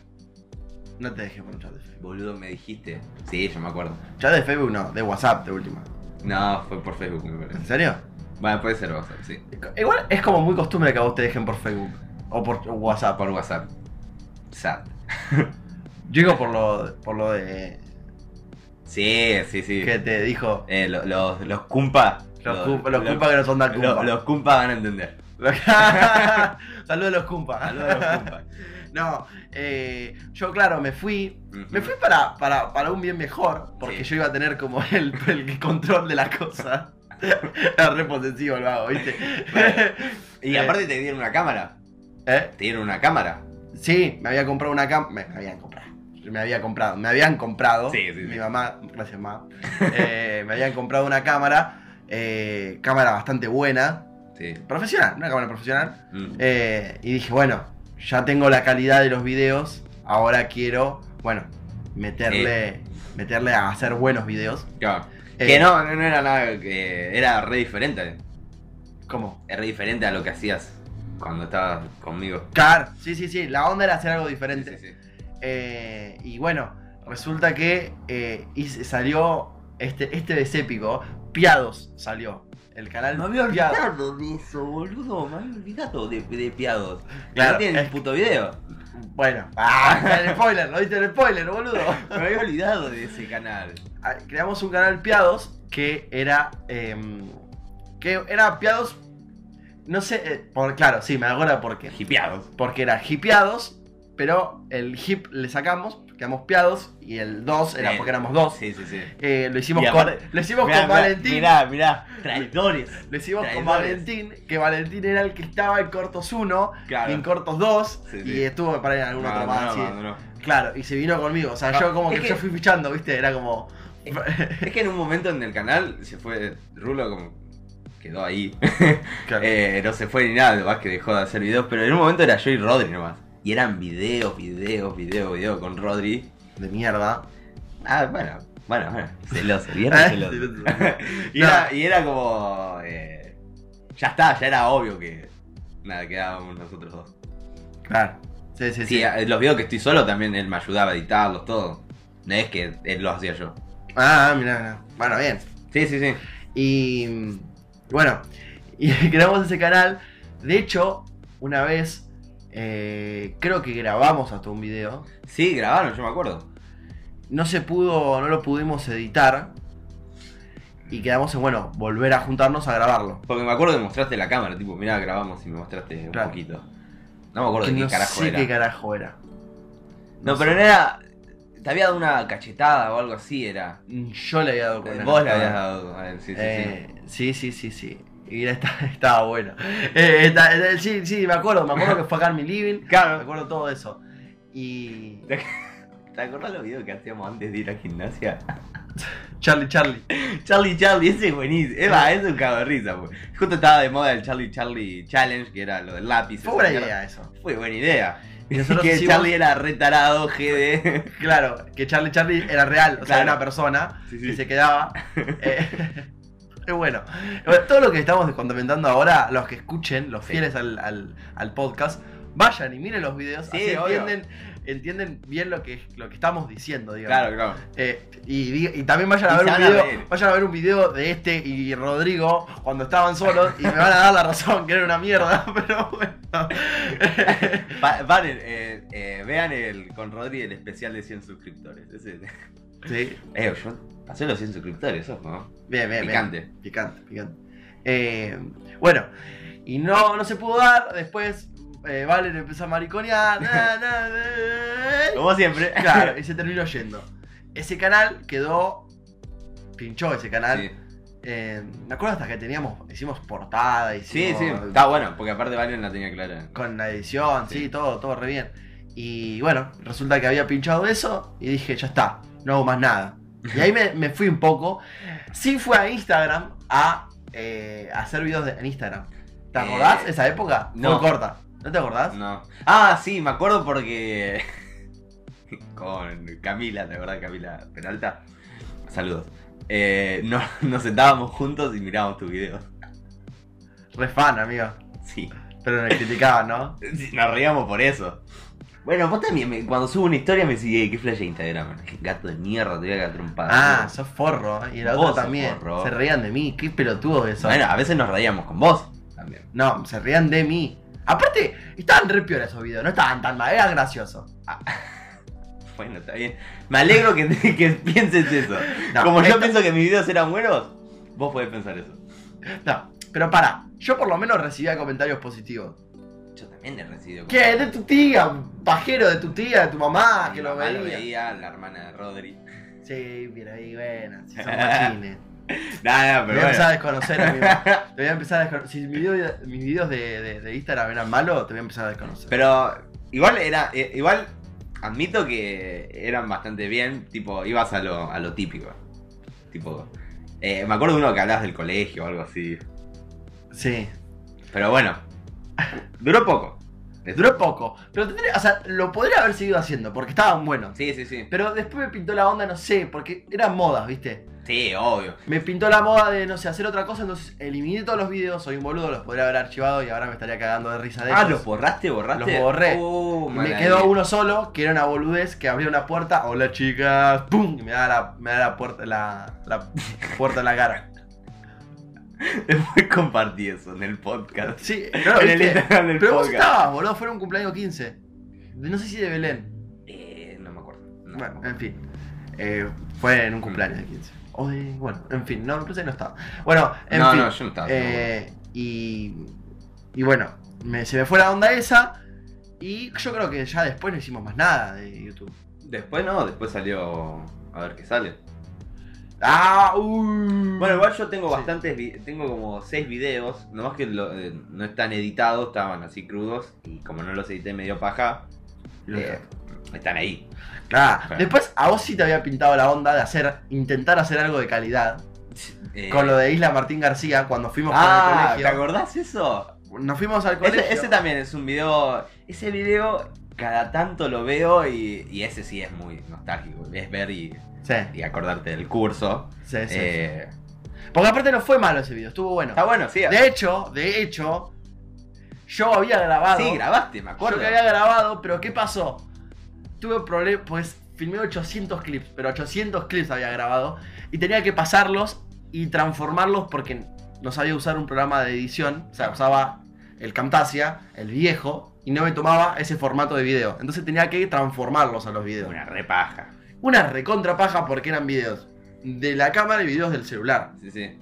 [SPEAKER 1] No te dejé por un chat de Facebook.
[SPEAKER 2] Boludo, me dijiste. Sí, yo me acuerdo.
[SPEAKER 1] Chat de Facebook no, de WhatsApp de última.
[SPEAKER 2] No, fue por Facebook, me
[SPEAKER 1] ¿En
[SPEAKER 2] parece.
[SPEAKER 1] serio?
[SPEAKER 2] Bueno, puede ser WhatsApp, sí.
[SPEAKER 1] Igual es como muy costumbre que a vos te dejen por Facebook. O por WhatsApp.
[SPEAKER 2] Por WhatsApp. Sad.
[SPEAKER 1] Yo digo por lo, por lo de
[SPEAKER 2] Sí, sí, sí.
[SPEAKER 1] que te dijo.
[SPEAKER 2] Eh, lo- Eh, los, los cumpa
[SPEAKER 1] Los,
[SPEAKER 2] Lo-
[SPEAKER 1] cumpa- los
[SPEAKER 2] lo-
[SPEAKER 1] cumpa que no son da
[SPEAKER 2] Lo-
[SPEAKER 1] cumpa.
[SPEAKER 2] los cumpas van a entender.
[SPEAKER 1] Saludos a Ah, los cumpa.
[SPEAKER 2] Saludos a los cumpas.
[SPEAKER 1] No, eh, yo claro, me fui.
[SPEAKER 2] Ujú.
[SPEAKER 1] Me fui para, para, para un bien mejor, porque
[SPEAKER 2] Sí.
[SPEAKER 1] yo iba a tener como el, el control de las cosas. Era re posesivo el vago, ¿viste?
[SPEAKER 2] Bueno. Y
[SPEAKER 1] Eh.
[SPEAKER 2] aparte te dieron una cámara.
[SPEAKER 1] ¿Eh?
[SPEAKER 2] Te dieron una cámara.
[SPEAKER 1] Sí, me había comprado una cámara. Me, me habían comprado. Me había comprado. Me habían comprado.
[SPEAKER 2] Sí, sí, sí.
[SPEAKER 1] Mi mamá, gracias mamá. eh, me habían comprado una cámara. eh, cámara bastante buena.
[SPEAKER 2] Sí.
[SPEAKER 1] Profesional, una cámara profesional.
[SPEAKER 2] Mm.
[SPEAKER 1] Eh, y dije, bueno, ya tengo la calidad de los videos, ahora quiero, bueno, meterle, meterle a hacer buenos videos.
[SPEAKER 2] Claro.
[SPEAKER 1] Eh,
[SPEAKER 2] que no, no no era nada que era re diferente.
[SPEAKER 1] ¿Cómo?
[SPEAKER 2] Es re diferente a lo que hacías cuando estabas conmigo.
[SPEAKER 1] Car, sí, sí, sí, la onda era hacer algo diferente.
[SPEAKER 2] Sí, sí, sí.
[SPEAKER 1] Eh, y bueno, resulta que eh, hice- salió este, este es épico, Piados salió. El canal
[SPEAKER 2] Me había
[SPEAKER 1] Piados.
[SPEAKER 2] olvidado de eso, boludo. Me había olvidado de, de piados.
[SPEAKER 1] Claro,
[SPEAKER 2] no tienen
[SPEAKER 1] es-
[SPEAKER 2] puto video.
[SPEAKER 1] Bueno, ah, el spoiler, lo viste el spoiler, boludo.
[SPEAKER 2] Me había olvidado de ese canal.
[SPEAKER 1] a- ah, creamos un canal Piados que era. eh, que era Piados. No sé, eh, por, claro, sí, me acuerdo por qué.
[SPEAKER 2] Hipiados.
[SPEAKER 1] Porque era hipiados, pero el hip le sacamos, quedamos piados, y el 2 era
[SPEAKER 2] Eh,
[SPEAKER 1] porque éramos dos.
[SPEAKER 2] Sí, sí, sí.
[SPEAKER 1] Eh, lo hicimos
[SPEAKER 2] Y
[SPEAKER 1] con,
[SPEAKER 2] aparte-
[SPEAKER 1] lo hicimos con Valentín.
[SPEAKER 2] Mirá, mirá. Traidores.
[SPEAKER 1] Lo hicimos con
[SPEAKER 2] traidores.
[SPEAKER 1] Valentín, que Valentín era el que estaba en cortos 1
[SPEAKER 2] Claro.
[SPEAKER 1] y en cortos 2
[SPEAKER 2] Sí,
[SPEAKER 1] y
[SPEAKER 2] sí.
[SPEAKER 1] estuvo para ir en algún otro más. sí.
[SPEAKER 2] no.
[SPEAKER 1] Claro, y se vino conmigo. O sea,
[SPEAKER 2] Ah,
[SPEAKER 1] yo como
[SPEAKER 2] es
[SPEAKER 1] que,
[SPEAKER 2] que-
[SPEAKER 1] yo fui fichando, ¿viste? Era como.
[SPEAKER 2] Es que en un momento en el canal se fue Rulo como quedó ahí.
[SPEAKER 1] Claro.
[SPEAKER 2] Eh, no se fue ni nada, lo más que dejó de hacer videos, pero en un momento era yo y Rodri nomás. Y eran videos, videos, videos, videos con Rodri.
[SPEAKER 1] de mierda.
[SPEAKER 2] Ah, bueno, bueno, bueno. Celoso,
[SPEAKER 1] Ah,
[SPEAKER 2] y era celoso.
[SPEAKER 1] Eh,
[SPEAKER 2] Y era, y era como. eh, ya está, ya era obvio que. Nada, quedábamos nosotros dos.
[SPEAKER 1] Claro. Ah. Sí, sí, sí.
[SPEAKER 2] Sí, eh, los videos que estoy solo también él me ayudaba a editarlos, todo. No es que él los hacía yo.
[SPEAKER 1] Ah, mirá, mirá. Bueno, bien.
[SPEAKER 2] Sí, sí, sí.
[SPEAKER 1] Y mm, bueno, y creamos ese canal. De hecho, una vez eh, creo que grabamos hasta un video.
[SPEAKER 2] Sí, grabaron, yo me acuerdo.
[SPEAKER 1] No se pudo, no lo pudimos editar. Y quedamos en, bueno, volver a juntarnos a grabarlo.
[SPEAKER 2] Porque me acuerdo que mostraste la cámara, tipo, mirá, grabamos y me mostraste un
[SPEAKER 1] Claro.
[SPEAKER 2] poquito. No me acuerdo
[SPEAKER 1] Que
[SPEAKER 2] de qué
[SPEAKER 1] no
[SPEAKER 2] carajo
[SPEAKER 1] sé
[SPEAKER 2] era.
[SPEAKER 1] qué carajo era.
[SPEAKER 2] no,
[SPEAKER 1] no
[SPEAKER 2] pero no era. Te había dado una cachetada o algo así, era.
[SPEAKER 1] Mm, Yo le había dado con Ah.
[SPEAKER 2] Eh,
[SPEAKER 1] la
[SPEAKER 2] Vos la
[SPEAKER 1] nota.
[SPEAKER 2] habías dado. a él, sí, sí,
[SPEAKER 1] Eh, sí, sí, sí, sí. Y era- está- estaba bueno. Eh, está- eh, sí, sí, me acuerdo. Me acuerdo que fue acá en mi living.
[SPEAKER 2] sí.
[SPEAKER 1] Me
[SPEAKER 2] Claro.
[SPEAKER 1] acuerdo todo eso. Y.
[SPEAKER 2] ¿Te acordás los videos que hacíamos antes de ir a gimnasia?
[SPEAKER 1] Charlie, Charlie.
[SPEAKER 2] Charlie Charlie, ese es buenísimo. Eva, es un caberrisa, pues. Justo estaba de moda el Charlie Charlie Challenge, que era lo del lápiz. esa
[SPEAKER 1] Fue buena
[SPEAKER 2] mierda.
[SPEAKER 1] idea eso.
[SPEAKER 2] Fue buena idea.
[SPEAKER 1] Y nosotros
[SPEAKER 2] que
[SPEAKER 1] hicimos-
[SPEAKER 2] Charlie era retarado, GD.
[SPEAKER 1] Claro, que Charlie, Charlie era real. O sea,
[SPEAKER 2] Claro.
[SPEAKER 1] era una persona
[SPEAKER 2] Sí,
[SPEAKER 1] que se quedaba. Eh, es bueno. Bueno, Todo lo que estamos comentando ahora, los que escuchen, los
[SPEAKER 2] Sí.
[SPEAKER 1] fieles al, al- al podcast, vayan y miren los videos.
[SPEAKER 2] Sí,
[SPEAKER 1] así
[SPEAKER 2] obvio.
[SPEAKER 1] entienden, entienden bien lo que, lo que estamos diciendo, digamos.
[SPEAKER 2] Claro, claro.
[SPEAKER 1] Eh, y, di- y también vayan a,
[SPEAKER 2] Y se
[SPEAKER 1] ver un
[SPEAKER 2] van a
[SPEAKER 1] video,
[SPEAKER 2] reír.
[SPEAKER 1] vayan a ver un video de este y Rodrigo cuando estaban solos y me van a dar la razón que era una mierda, pero bueno.
[SPEAKER 2] Va- van el- eh, eh, vean el con Rodri el especial de 100 suscriptores. Ese-
[SPEAKER 1] Sí,
[SPEAKER 2] Eh, yo pasé los 100 suscriptores, ¿sos, ¿no?
[SPEAKER 1] bien, bien, bien.
[SPEAKER 2] Picante.
[SPEAKER 1] Picante, picante. Eh, bueno, y no, no se pudo dar, después eh, Valen empezó a mariconear. na, na, na,
[SPEAKER 2] Como siempre.
[SPEAKER 1] claro, y se terminó yendo. Ese canal quedó. Pinchó ese canal.
[SPEAKER 2] Sí,
[SPEAKER 1] Eh, me acuerdo hasta que teníamos, hicimos portada,
[SPEAKER 2] sí,
[SPEAKER 1] hicimos
[SPEAKER 2] sí. Está bueno, porque aparte Valen la tenía clara.
[SPEAKER 1] con la edición, sí,
[SPEAKER 2] Sí.
[SPEAKER 1] todo, todo re bien. Y bueno, resulta que había pinchado eso y dije, ya está, no hago más nada. Y ahí me, me fui un poco. Sí fui a Instagram a, eh, a hacer videos de- en Instagram. ¿Te
[SPEAKER 2] Eh,
[SPEAKER 1] acordás esa época?
[SPEAKER 2] no.
[SPEAKER 1] Fue corta. ¿No te acordás?
[SPEAKER 2] No. Ah, sí, me acuerdo porque. con Camila, ¿te acordás, Camila Peralta? Saludos. Eh, no, nos sentábamos juntos y mirábamos tus videos.
[SPEAKER 1] Re fan, amigo.
[SPEAKER 2] Sí.
[SPEAKER 1] Pero me criticaban, ¿no?
[SPEAKER 2] Sí, Nos reíamos por eso. Bueno, vos también, me- cuando subo una historia me decís, "Eh, ¿qué flash de Instagram? Qué Gato de mierda, te voy a cagar trompada.
[SPEAKER 1] Ah, sos forro. Y la
[SPEAKER 2] Mm. Vos
[SPEAKER 1] otra
[SPEAKER 2] sos
[SPEAKER 1] también.
[SPEAKER 2] forro.
[SPEAKER 1] Se reían de mí. Qué pelotudo eso.
[SPEAKER 2] Bueno, a veces nos reíamos con vos también.
[SPEAKER 1] No, se reían de mí. Aparte, estaban re piola esos videos. No estaban tan mal. Eran graciosos.
[SPEAKER 2] Bueno, está bien. Me alegro que, que pienses eso.
[SPEAKER 1] No,
[SPEAKER 2] Como yo
[SPEAKER 1] esto-
[SPEAKER 2] pienso que mis videos eran buenos, vos podés pensar eso.
[SPEAKER 1] No, pero para, yo por lo menos recibía comentarios positivos.
[SPEAKER 2] Yo también he recibido.
[SPEAKER 1] ¿Qué? De tu tía, pajero de tu tía, de tu mamá,
[SPEAKER 2] Mi
[SPEAKER 1] que lo
[SPEAKER 2] mamá
[SPEAKER 1] veía.
[SPEAKER 2] lo veía, la hermana de Rodri.
[SPEAKER 1] Sí, pero ahí, bueno, si son machines.
[SPEAKER 2] Nada, pero
[SPEAKER 1] Te voy a
[SPEAKER 2] bueno.
[SPEAKER 1] empezar a desconocer, amigo. Te voy a empezar a desconocer. Si mis video- mis videos de, de- de Instagram eran malos, te voy a empezar a desconocer.
[SPEAKER 2] Pero igual era. eh, igual admito que eran bastante bien. Tipo, ibas a lo, a lo típico. Tipo. eh, me acuerdo de uno que hablabas del colegio o algo así.
[SPEAKER 1] Sí.
[SPEAKER 2] Pero bueno. Duró poco.
[SPEAKER 1] Duró poco. Pero tendría- o sea, lo podría haber seguido haciendo porque estaban buenos.
[SPEAKER 2] Sí, sí, sí.
[SPEAKER 1] Pero después me pintó la onda, no sé, porque eran modas, ¿viste?
[SPEAKER 2] Sí, obvio.
[SPEAKER 1] Me pintó la moda de, no sé, hacer otra cosa, entonces eliminé todos los videos, soy un boludo, los podría haber archivado y ahora me estaría cagando de risa de
[SPEAKER 2] Ah,
[SPEAKER 1] ellos.
[SPEAKER 2] ¿los borraste, borraste?
[SPEAKER 1] Los borré.
[SPEAKER 2] Oh,
[SPEAKER 1] Y
[SPEAKER 2] mala
[SPEAKER 1] me quedó
[SPEAKER 2] idea.
[SPEAKER 1] uno solo, que era una boludez, que abría una puerta, hola chicas, ¡pum! Y me da la, me da la puerta, la, la puerta en la cara.
[SPEAKER 2] Después compartí eso en el podcast.
[SPEAKER 1] Sí, no lo
[SPEAKER 2] en el
[SPEAKER 1] viste.
[SPEAKER 2] Instagram del
[SPEAKER 1] Pero vos
[SPEAKER 2] podcast.
[SPEAKER 1] estabas, boludo, fueron un cumpleaños 15. De- No sé si de Belén.
[SPEAKER 2] Eh, no me acuerdo. No, me
[SPEAKER 1] Bueno,
[SPEAKER 2] acuerdo.
[SPEAKER 1] en fin. Eh, fue en un cumpleaños de 15. O de, bueno, en fin, no, pensé que no estaba. Bueno, en
[SPEAKER 2] no,
[SPEAKER 1] fin.
[SPEAKER 2] no, yo no estaba.
[SPEAKER 1] Eh, y, y bueno, me- se me fue la onda esa. Y yo creo que ya después no hicimos más nada de YouTube.
[SPEAKER 2] Después no, después salió. A ver qué sale.
[SPEAKER 1] Ah, uh.
[SPEAKER 2] Bueno, igual yo tengo
[SPEAKER 1] Sí.
[SPEAKER 2] bastantes, vi- tengo como seis videos, nomás que lo- eh, no están editados, estaban así crudos, y como no los edité medio paja,
[SPEAKER 1] Los-
[SPEAKER 2] eh, están ahí.
[SPEAKER 1] Ah,
[SPEAKER 2] Bueno.
[SPEAKER 1] Después a vos sí te había pintado la onda de hacer, intentar hacer algo de calidad.
[SPEAKER 2] Eh,
[SPEAKER 1] Con lo de Isla Martín García, cuando fuimos
[SPEAKER 2] Ah,
[SPEAKER 1] al
[SPEAKER 2] ¿te
[SPEAKER 1] colegio.
[SPEAKER 2] acordás eso?
[SPEAKER 1] Nos fuimos al colegio.
[SPEAKER 2] Ese, ese también es un video, ese video cada tanto lo veo y, y ese sí es muy nostálgico, es ver y,
[SPEAKER 1] Sí,
[SPEAKER 2] y acordarte del curso.
[SPEAKER 1] sí, sí.
[SPEAKER 2] Eh,
[SPEAKER 1] Porque aparte no fue malo ese video, estuvo bueno.
[SPEAKER 2] Está bueno, sí,
[SPEAKER 1] De hecho, de hecho, yo había grabado.
[SPEAKER 2] sí, grabaste, me
[SPEAKER 1] Yo
[SPEAKER 2] acuerdo.
[SPEAKER 1] que había grabado, pero ¿qué pasó? Tuve problemas, pues filmé 800 clips, pero 800 clips había grabado y tenía que pasarlos y transformarlos porque no sabía usar un programa de edición, o sea, usaba el Camtasia, el viejo, y no me tomaba ese formato de video. Entonces tenía que transformarlos a los videos.
[SPEAKER 2] Una repaja.
[SPEAKER 1] Una recontra paja porque eran videos de la cámara y videos del celular.
[SPEAKER 2] Sí, sí.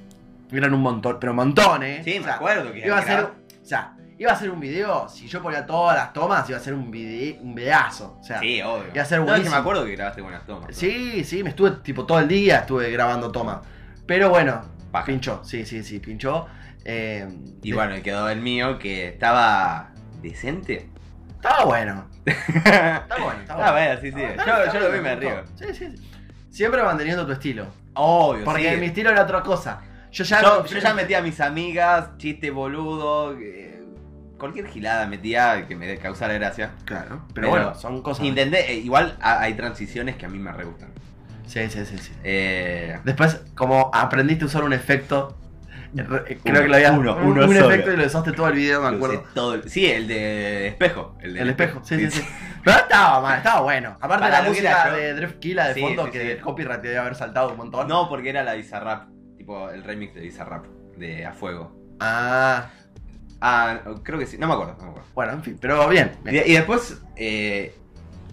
[SPEAKER 1] Eran un montón, pero montones.
[SPEAKER 2] Sí, me
[SPEAKER 1] O sea,
[SPEAKER 2] acuerdo que
[SPEAKER 1] Iba a ser,
[SPEAKER 2] grababa-
[SPEAKER 1] o sea, iba a ser un video, si yo ponía todas las tomas, iba a ser un, vide- un videazo. O sea, sí.
[SPEAKER 2] Sí, obvio.
[SPEAKER 1] iba a ser
[SPEAKER 2] No, es que
[SPEAKER 1] Ah. buenísimo.
[SPEAKER 2] me acuerdo que grabaste buenas tomas.
[SPEAKER 1] sí, me estuve tipo todo el día, estuve grabando tomas. Pero bueno,
[SPEAKER 2] Paja.
[SPEAKER 1] pinchó, sí, sí, sí, pinchó. Eh,
[SPEAKER 2] Y
[SPEAKER 1] de-
[SPEAKER 2] bueno, y quedó el mío que estaba decente.
[SPEAKER 1] Estaba bueno,
[SPEAKER 2] ah,
[SPEAKER 1] estaba bueno, estaba bueno.
[SPEAKER 2] bueno, sí, sí.
[SPEAKER 1] Estaba-
[SPEAKER 2] Yo,
[SPEAKER 1] estaba
[SPEAKER 2] yo lo
[SPEAKER 1] Ah, bueno,
[SPEAKER 2] vi y me
[SPEAKER 1] gustó.
[SPEAKER 2] río.
[SPEAKER 1] Sí, sí, sí. Siempre manteniendo tu estilo.
[SPEAKER 2] Obvio,
[SPEAKER 1] Porque
[SPEAKER 2] sí.
[SPEAKER 1] mi estilo era otra cosa. Yo ya,
[SPEAKER 2] Yo, yo ya metía a mis amigas, chiste boludo, eh, cualquier gilada metía que me causara gracia.
[SPEAKER 1] Claro, pero,
[SPEAKER 2] Pero-
[SPEAKER 1] bueno, son cosas.
[SPEAKER 2] Intenté, eh, igual ha- hay transiciones que a mí me re gustan.
[SPEAKER 1] Sí, sí, sí, sí.
[SPEAKER 2] Eh,
[SPEAKER 1] Después, como aprendiste a usar un efecto, re- eh, creo que lo habías
[SPEAKER 2] Uno,
[SPEAKER 1] un-
[SPEAKER 2] uno
[SPEAKER 1] un
[SPEAKER 2] solo.
[SPEAKER 1] efecto y lo usaste todo el video, me
[SPEAKER 2] lo
[SPEAKER 1] acuerdo.
[SPEAKER 2] usé todo el- sí, el de espejo. El, de
[SPEAKER 1] El espejo, sí, sí, sí. Pero estaba mal, estaba bueno. Aparte
[SPEAKER 2] Para
[SPEAKER 1] la
[SPEAKER 2] lo que era
[SPEAKER 1] música
[SPEAKER 2] yo.
[SPEAKER 1] de Drift Killa de
[SPEAKER 2] Sí,
[SPEAKER 1] fondo,
[SPEAKER 2] sí,
[SPEAKER 1] que
[SPEAKER 2] sí.
[SPEAKER 1] el copyright te debe haber saltado un montón.
[SPEAKER 2] No, porque era la Bizarrap, tipo el remix de Bizarrap, de A Fuego.
[SPEAKER 1] Ah,
[SPEAKER 2] Ah, creo que sí, no me acuerdo, no me acuerdo.
[SPEAKER 1] bueno, en fin, pero bien.
[SPEAKER 2] Y, y después, eh,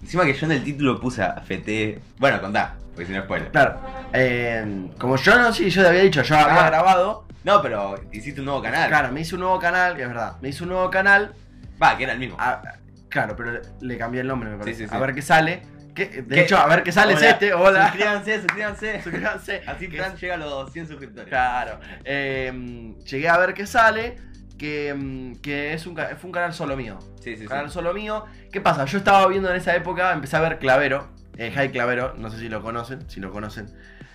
[SPEAKER 2] encima que yo en el título puse a FT. Bueno, contá, porque si no es spoiler.
[SPEAKER 1] Claro. eh, como yo no, sí, yo te había dicho, yo había
[SPEAKER 2] Ah.
[SPEAKER 1] grabado.
[SPEAKER 2] No, pero hiciste un nuevo canal.
[SPEAKER 1] Claro, me hice un nuevo canal, es verdad. Me hice un nuevo canal.
[SPEAKER 2] Va, que era el mismo.
[SPEAKER 1] ah, claro, pero le, le cambié el nombre, me parece.
[SPEAKER 2] sí, sí.
[SPEAKER 1] A ver qué sale. Que, de
[SPEAKER 2] ¿Qué?
[SPEAKER 1] hecho, a ver qué sale
[SPEAKER 2] Hola.
[SPEAKER 1] es este. Hola.
[SPEAKER 2] Suscríbanse, suscríbanse.
[SPEAKER 1] Suscríbanse.
[SPEAKER 2] Así
[SPEAKER 1] Que
[SPEAKER 2] Fran llega a los 100 suscriptores.
[SPEAKER 1] Claro. Eh, llegué a ver qué sale, que, mm, que es un, ca- fue un canal solo mío.
[SPEAKER 2] Sí, sí,
[SPEAKER 1] Un
[SPEAKER 2] sí.
[SPEAKER 1] canal solo mío. ¿Qué pasa? Yo estaba viendo en esa época, empecé a ver Clavero, eh, Jai Clavero, no sé si lo conocen, si lo conocen.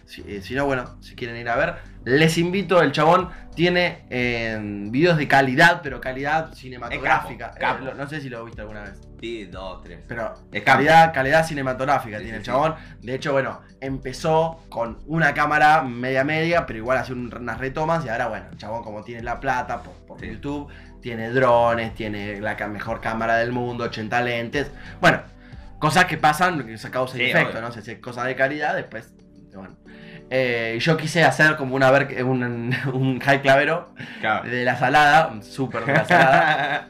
[SPEAKER 1] Si, eh, si no, bueno, si quieren ir a ver, les invito, el chabón tiene eh, videos de calidad, pero calidad cinematográfica.
[SPEAKER 2] Es capo,
[SPEAKER 1] Eh,
[SPEAKER 2] capo.
[SPEAKER 1] no sé si lo viste alguna vez.
[SPEAKER 2] Sí, dos, tres.
[SPEAKER 1] Pero
[SPEAKER 2] Es capo.
[SPEAKER 1] calidad, calidad cinematográfica
[SPEAKER 2] Sí, sí,
[SPEAKER 1] tiene
[SPEAKER 2] sí.
[SPEAKER 1] el chabón. De hecho, bueno, empezó con una cámara media media, pero igual hace un- unas retomas. Y ahora, bueno, el chabón, como tiene la plata por, por
[SPEAKER 2] Sí.
[SPEAKER 1] YouTube, tiene drones, tiene la ca- mejor cámara del mundo, 80 lentes. Bueno, cosas que pasan, que se causa
[SPEAKER 2] Sí,
[SPEAKER 1] efecto,
[SPEAKER 2] obvio.
[SPEAKER 1] ¿no? Si es cosa de calidad, después. Bueno. Eh, yo quise hacer como una ver un, un high clavero
[SPEAKER 2] Claro.
[SPEAKER 1] de la salada, un súper de la salada.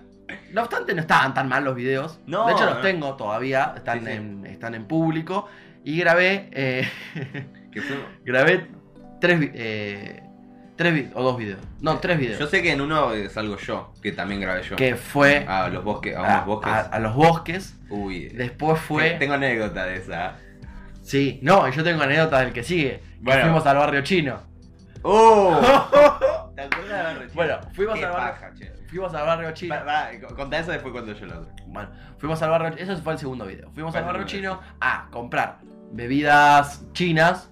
[SPEAKER 1] No obstante, no estaban tan mal los videos.
[SPEAKER 2] No,
[SPEAKER 1] de hecho, los
[SPEAKER 2] no.
[SPEAKER 1] tengo todavía. Están,
[SPEAKER 2] Sí, sí.
[SPEAKER 1] En, están en público. Y grabé. eh,
[SPEAKER 2] Que fue-
[SPEAKER 1] grabé tres, vi- eh, Tres vi- o dos videos. No, tres videos.
[SPEAKER 2] Eh, Yo sé que en uno eh, salgo yo, que también grabé yo.
[SPEAKER 1] que fue
[SPEAKER 2] A los bosques, a unos
[SPEAKER 1] a,
[SPEAKER 2] bosques.
[SPEAKER 1] a- a los bosques.
[SPEAKER 2] Uy. eh,
[SPEAKER 1] Después fue.
[SPEAKER 2] Tengo anécdota de esa.
[SPEAKER 1] Sí, no, y yo tengo anécdotas del que sigue. que
[SPEAKER 2] Bueno.
[SPEAKER 1] Fuimos al barrio chino.
[SPEAKER 2] ¡Oh! ¿Te acuerdas de la
[SPEAKER 1] Bueno, fuimos
[SPEAKER 2] Qué
[SPEAKER 1] al barrio.
[SPEAKER 2] paja, che.
[SPEAKER 1] Fuimos al barrio chino.
[SPEAKER 2] Va- va, co- contá eso después cuando yo la otra.
[SPEAKER 1] Bueno, fuimos al barrio. Eso fue el segundo video. Fuimos al
[SPEAKER 2] Bueno,
[SPEAKER 1] barrio
[SPEAKER 2] bueno.
[SPEAKER 1] chino a comprar bebidas chinas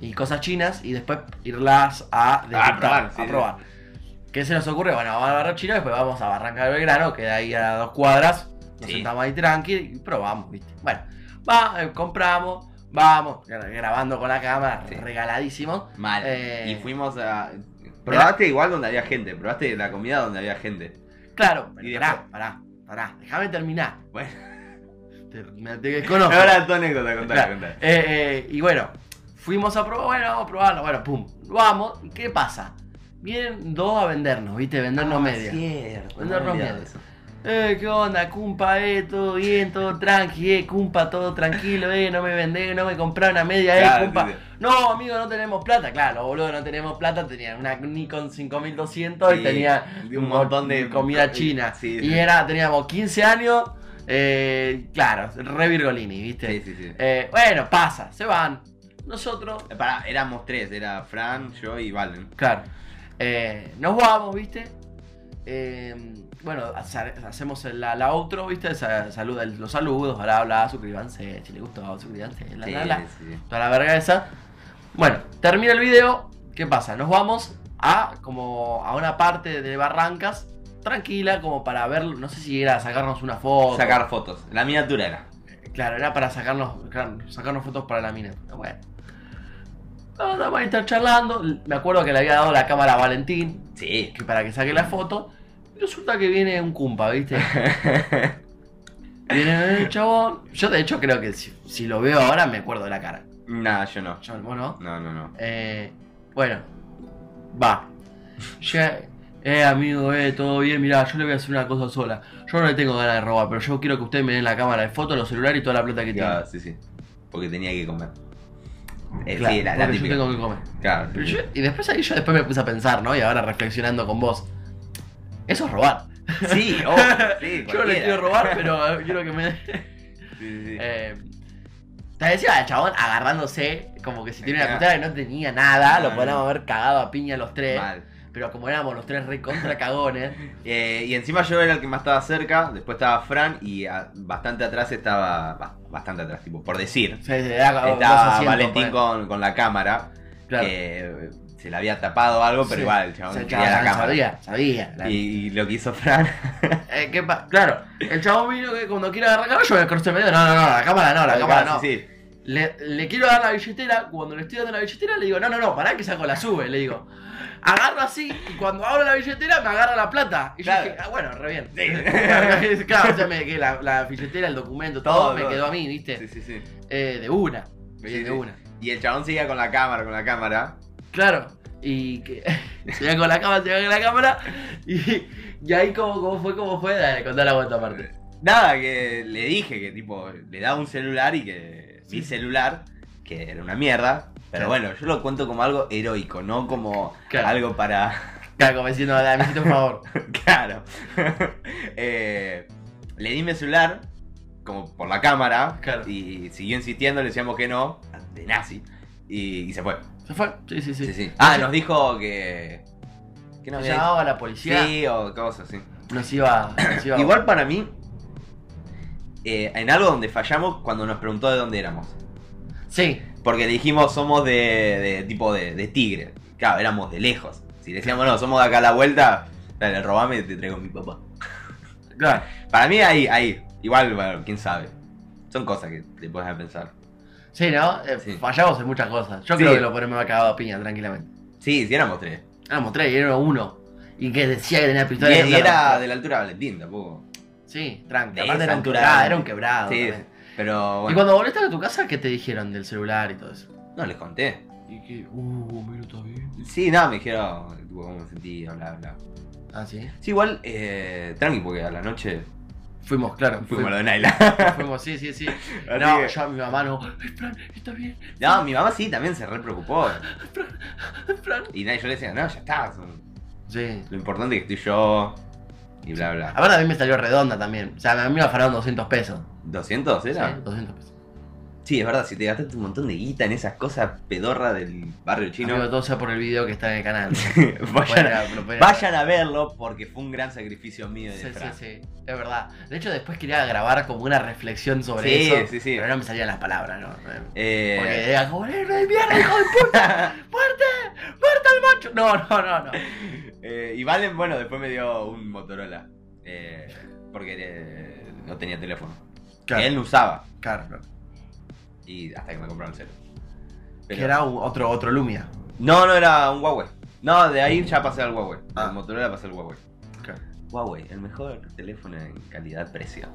[SPEAKER 1] y cosas chinas y después irlas a degustar,
[SPEAKER 2] Ah, probar, sí,
[SPEAKER 1] a
[SPEAKER 2] sí.
[SPEAKER 1] probar. ¿Qué se nos ocurre? Bueno, vamos al barrio chino, después vamos a Barranca del Belgrano, que de ahí a dos cuadras. Nos
[SPEAKER 2] Sí.
[SPEAKER 1] sentamos ahí tranqui y probamos, ¿viste? Bueno, va, eh, compramos, vamos, gra- grabando con la cámara,
[SPEAKER 2] Sí.
[SPEAKER 1] regaladísimo.
[SPEAKER 2] Mal.
[SPEAKER 1] Eh,
[SPEAKER 2] Y fuimos a. Probaste igual donde había gente, probaste la comida donde había gente.
[SPEAKER 1] Claro,
[SPEAKER 2] Y
[SPEAKER 1] pará,
[SPEAKER 2] después-
[SPEAKER 1] pará, pará, déjame terminar.
[SPEAKER 2] Bueno.
[SPEAKER 1] Te, me, te desconozco.
[SPEAKER 2] Ahora tu anécdota, contala,
[SPEAKER 1] Claro.
[SPEAKER 2] contala.
[SPEAKER 1] Eh, eh, y bueno, fuimos a probar, bueno, vamos a probarlo, bueno, pum, lo vamos, ¿y qué pasa? Vienen dos a vendernos, ¿viste? Vendernos
[SPEAKER 2] Ah,
[SPEAKER 1] media.
[SPEAKER 2] cierto,
[SPEAKER 1] Vendernos
[SPEAKER 2] no me
[SPEAKER 1] media.
[SPEAKER 2] olvidaba eso.
[SPEAKER 1] Eh, ¿qué onda? Cumpa, eh, todo bien, todo tranqui, eh, cumpa, todo tranquilo, eh, no me vendé, no me compré una media, eh,
[SPEAKER 2] Claro,
[SPEAKER 1] cumpa.
[SPEAKER 2] sí, sí.
[SPEAKER 1] No, amigo, no tenemos plata, claro, boludo, no tenemos plata, tenía una Nikon 5200 y
[SPEAKER 2] Sí,
[SPEAKER 1] tenía
[SPEAKER 2] de un montón de-
[SPEAKER 1] comida china.
[SPEAKER 2] Sí,
[SPEAKER 1] y
[SPEAKER 2] sí.
[SPEAKER 1] era, teníamos 15 años, eh, claro, re virgolini, ¿viste?
[SPEAKER 2] Sí, sí, sí.
[SPEAKER 1] Eh, bueno, pasa, se van. Nosotros,
[SPEAKER 2] Pará, éramos tres, era Fran, yo y Valen.
[SPEAKER 1] claro, eh, nos vamos, ¿viste? Eh, bueno, hace- hacemos la, la outro, ¿viste? Sa- saluda, los saludos, bla, bla, suscríbanse, si les gustó, suscríbanse, bla,
[SPEAKER 2] Sí,
[SPEAKER 1] bla, bla.
[SPEAKER 2] sí.
[SPEAKER 1] Toda la verga esa. Bueno, termina el video, ¿qué pasa? Nos vamos a como a una parte de Barrancas, tranquila, como para ver, no sé si era sacarnos una foto.
[SPEAKER 2] Sacar fotos. La miniatura era.
[SPEAKER 1] Claro, era para sacarnos, claro, sacarnos fotos para la mina. Pero Bueno. Nada, Vamos a estar charlando. Me acuerdo que le había dado la cámara a Valentín
[SPEAKER 2] Sí.
[SPEAKER 1] que para que saque la foto. Y resulta que viene un cumpa, ¿viste? Viene el chabón. Yo, de hecho, creo que si, si lo veo ahora me acuerdo de la cara.
[SPEAKER 2] Nada, yo no.
[SPEAKER 1] Yo, ¿Vos no?
[SPEAKER 2] No, no, no.
[SPEAKER 1] Eh, bueno, va. Llega- eh, amigo, eh, todo bien. Mirá, yo le voy a hacer una cosa sola. Yo no le tengo ganas de robar, pero yo quiero que ustedes me den la cámara de fotos, los celulares y toda la plata que tiene.
[SPEAKER 2] Ya, Ah, sí, sí. Porque tenía que comer. Eh,
[SPEAKER 1] Claro,
[SPEAKER 2] sí, la, la
[SPEAKER 1] porque yo
[SPEAKER 2] típica.
[SPEAKER 1] tengo que comer.
[SPEAKER 2] Claro.
[SPEAKER 1] Pero yo- y después ahí yo después me puse a pensar, ¿no? Y ahora reflexionando con vos. Eso es robar.
[SPEAKER 2] Sí, oh, sí,
[SPEAKER 1] Yo no le
[SPEAKER 2] cualquiera.
[SPEAKER 1] quiero robar, pero eh, quiero que me...
[SPEAKER 2] Sí, sí, sí.
[SPEAKER 1] Eh, te decía el chabón agarrándose, como que si tiene una
[SPEAKER 2] Claro.
[SPEAKER 1] cuchara que no tenía nada,
[SPEAKER 2] No,
[SPEAKER 1] lo
[SPEAKER 2] no.
[SPEAKER 1] podríamos haber cagado a piña los tres.
[SPEAKER 2] Mal.
[SPEAKER 1] Pero como éramos los tres re contra cagones,
[SPEAKER 2] Eh, y encima yo era el que más estaba cerca, después estaba Fran y a- bastante atrás estaba. bah, bastante atrás, tipo, por decir.
[SPEAKER 1] se- se- era como dos
[SPEAKER 2] Estaba
[SPEAKER 1] asientos,
[SPEAKER 2] Valentín
[SPEAKER 1] ponele.
[SPEAKER 2] con, con la cámara.
[SPEAKER 1] pues. Claro.
[SPEAKER 2] Que se le había tapado algo, pero
[SPEAKER 1] Sí.
[SPEAKER 2] igual, el
[SPEAKER 1] O
[SPEAKER 2] chabón
[SPEAKER 1] sea, el
[SPEAKER 2] quería
[SPEAKER 1] chabón
[SPEAKER 2] la cámara.
[SPEAKER 1] sabía, sabía. la-
[SPEAKER 2] Y, y lo que hizo Fran.
[SPEAKER 1] Eh, ¿qué pa- Claro, el chabón vino que cuando quiere agarrar cámara, yo me crucé medio. No, no, no, la cámara no, la cámara no.
[SPEAKER 2] Ah, Sí, sí.
[SPEAKER 1] Le, le quiero dar la billetera, cuando le estoy dando la billetera le digo, no, no, no, pará que saco la sube, le digo. Agarro así y cuando abro la billetera me agarra la plata. Y
[SPEAKER 2] Claro.
[SPEAKER 1] yo dije, ah, bueno, re bien.
[SPEAKER 2] Sí.
[SPEAKER 1] claro, o sea, me, que la, la billetera, el documento, todo,
[SPEAKER 2] Todo,
[SPEAKER 1] me
[SPEAKER 2] todo.
[SPEAKER 1] quedó a mí, ¿viste?
[SPEAKER 2] Sí, sí, sí.
[SPEAKER 1] Eh, de una.
[SPEAKER 2] Sí,
[SPEAKER 1] de
[SPEAKER 2] sí.
[SPEAKER 1] una.
[SPEAKER 2] Y el chabón seguía con la cámara, con la cámara.
[SPEAKER 1] Claro. Y que se va con la cámara, se va con la cámara. Y, y ahí como, como fue, como fue, dale, contá la vuelta aparte.
[SPEAKER 2] Nada, que le dije que tipo, le daba un celular y que
[SPEAKER 1] Sí.
[SPEAKER 2] mi celular, que era una mierda. Pero
[SPEAKER 1] Claro.
[SPEAKER 2] bueno, yo lo cuento como algo heroico, no como
[SPEAKER 1] Claro.
[SPEAKER 2] algo para.
[SPEAKER 1] Claro, como diciendo, dale, me hiciste un favor.
[SPEAKER 2] claro. Eh, le di mi celular, como por la cámara,
[SPEAKER 1] Claro.
[SPEAKER 2] y siguió insistiendo, le decíamos que no, de nazi, y, y se fue.
[SPEAKER 1] ¿Se fue? Sí, sí, sí.
[SPEAKER 2] Sí, sí. Ah, nos dijo que. que
[SPEAKER 1] Nos
[SPEAKER 2] había-
[SPEAKER 1] llamaba la policía,
[SPEAKER 2] Sí, o cosas así.
[SPEAKER 1] nos iba. Nos iba
[SPEAKER 2] Igual para mí, eh, en algo donde fallamos cuando nos preguntó de dónde éramos.
[SPEAKER 1] Sí,
[SPEAKER 2] Porque le dijimos somos de, de tipo de, de tigre. Claro, éramos de lejos. Si le decíamos no, somos de acá a la vuelta, dale, robame y te traigo mi papá.
[SPEAKER 1] claro.
[SPEAKER 2] Para mí ahí, ahí. Igual, bueno, quién sabe. Son cosas que te pones a pensar.
[SPEAKER 1] Sí, ¿no? Eh,
[SPEAKER 2] Sí.
[SPEAKER 1] Fallamos en muchas cosas. Yo
[SPEAKER 2] Sí.
[SPEAKER 1] creo que lo ponemos me cagado a piña, tranquilamente.
[SPEAKER 2] Sí, sí, éramos tres.
[SPEAKER 1] Éramos tres y era uno. Y que decía que tenía
[SPEAKER 2] Y,
[SPEAKER 1] pistola.
[SPEAKER 2] y
[SPEAKER 1] nunca la
[SPEAKER 2] era
[SPEAKER 1] mostró.
[SPEAKER 2] de la altura de Valentín tampoco.
[SPEAKER 1] Sí, tranqui.
[SPEAKER 2] de
[SPEAKER 1] Aparte
[SPEAKER 2] esa
[SPEAKER 1] era un
[SPEAKER 2] altura.
[SPEAKER 1] quebrado, era un quebrado.
[SPEAKER 2] Sí,
[SPEAKER 1] también.
[SPEAKER 2] Pero
[SPEAKER 1] Y
[SPEAKER 2] bueno,
[SPEAKER 1] cuando volviste a tu casa, ¿qué te dijeron del celular y todo eso?
[SPEAKER 2] no les conté.
[SPEAKER 1] Y que, uh, mira, está bien.
[SPEAKER 2] Sí, nada, me dijeron tipo, cómo me sentía, bla, bla.
[SPEAKER 1] Ah, sí.
[SPEAKER 2] Sí, igual, eh, tranqui, porque a la noche
[SPEAKER 1] Fuimos, claro.
[SPEAKER 2] Fuimos a
[SPEAKER 1] Fuimos,
[SPEAKER 2] lo de Naila.
[SPEAKER 1] fuimos, sí, sí, sí.
[SPEAKER 2] Así
[SPEAKER 1] No,
[SPEAKER 2] que-
[SPEAKER 1] yo a mi mamá no. "Ay, Fran, está bien,
[SPEAKER 2] No, mi mamá sí también se re preocupó.
[SPEAKER 1] Fran.
[SPEAKER 2] Y na- yo le decía, no, ya está. son-
[SPEAKER 1] Sí.
[SPEAKER 2] Lo importante es que estoy yo. Y bla, bla.
[SPEAKER 1] A ver, a mí me salió redonda también. O sea, a mí me afanaron 200 pesos.
[SPEAKER 2] ¿200 era?
[SPEAKER 1] Sí, 200 pesos.
[SPEAKER 2] Sí, es verdad, si te gastaste un montón de guita en esas cosas pedorras del barrio chino,
[SPEAKER 1] Amigo, todo sea por el video que está en el canal.
[SPEAKER 2] vayan, a,
[SPEAKER 1] Bueno, pero-
[SPEAKER 2] vayan a verlo porque fue un gran sacrificio mío de
[SPEAKER 1] Sí, sí,
[SPEAKER 2] disfraz.
[SPEAKER 1] sí. Es verdad. De hecho, después quería grabar como una reflexión sobre
[SPEAKER 2] Sí,
[SPEAKER 1] eso.
[SPEAKER 2] sí, sí.
[SPEAKER 1] Pero no me salían las palabras, ¿no?
[SPEAKER 2] Eh,
[SPEAKER 1] Porque era como, "Negro de mierda, hijo de puta! ¡Muerte! ¡Muerte al macho! No, no, no, no.
[SPEAKER 2] eh, y Valen, bueno, después me dio un Motorola. eh, porque eh, no tenía teléfono. Que él no usaba.
[SPEAKER 1] claro. claro.
[SPEAKER 2] Y hasta que me compraron el celo. Pero-
[SPEAKER 1] Que era un- otro, otro Lumia.
[SPEAKER 2] No, no era un Huawei. No, de ahí ya pasé al Huawei.
[SPEAKER 1] Ah.
[SPEAKER 2] Del Motorola pasé al Huawei.
[SPEAKER 1] Ok.
[SPEAKER 2] Huawei, el mejor teléfono en calidad-precio.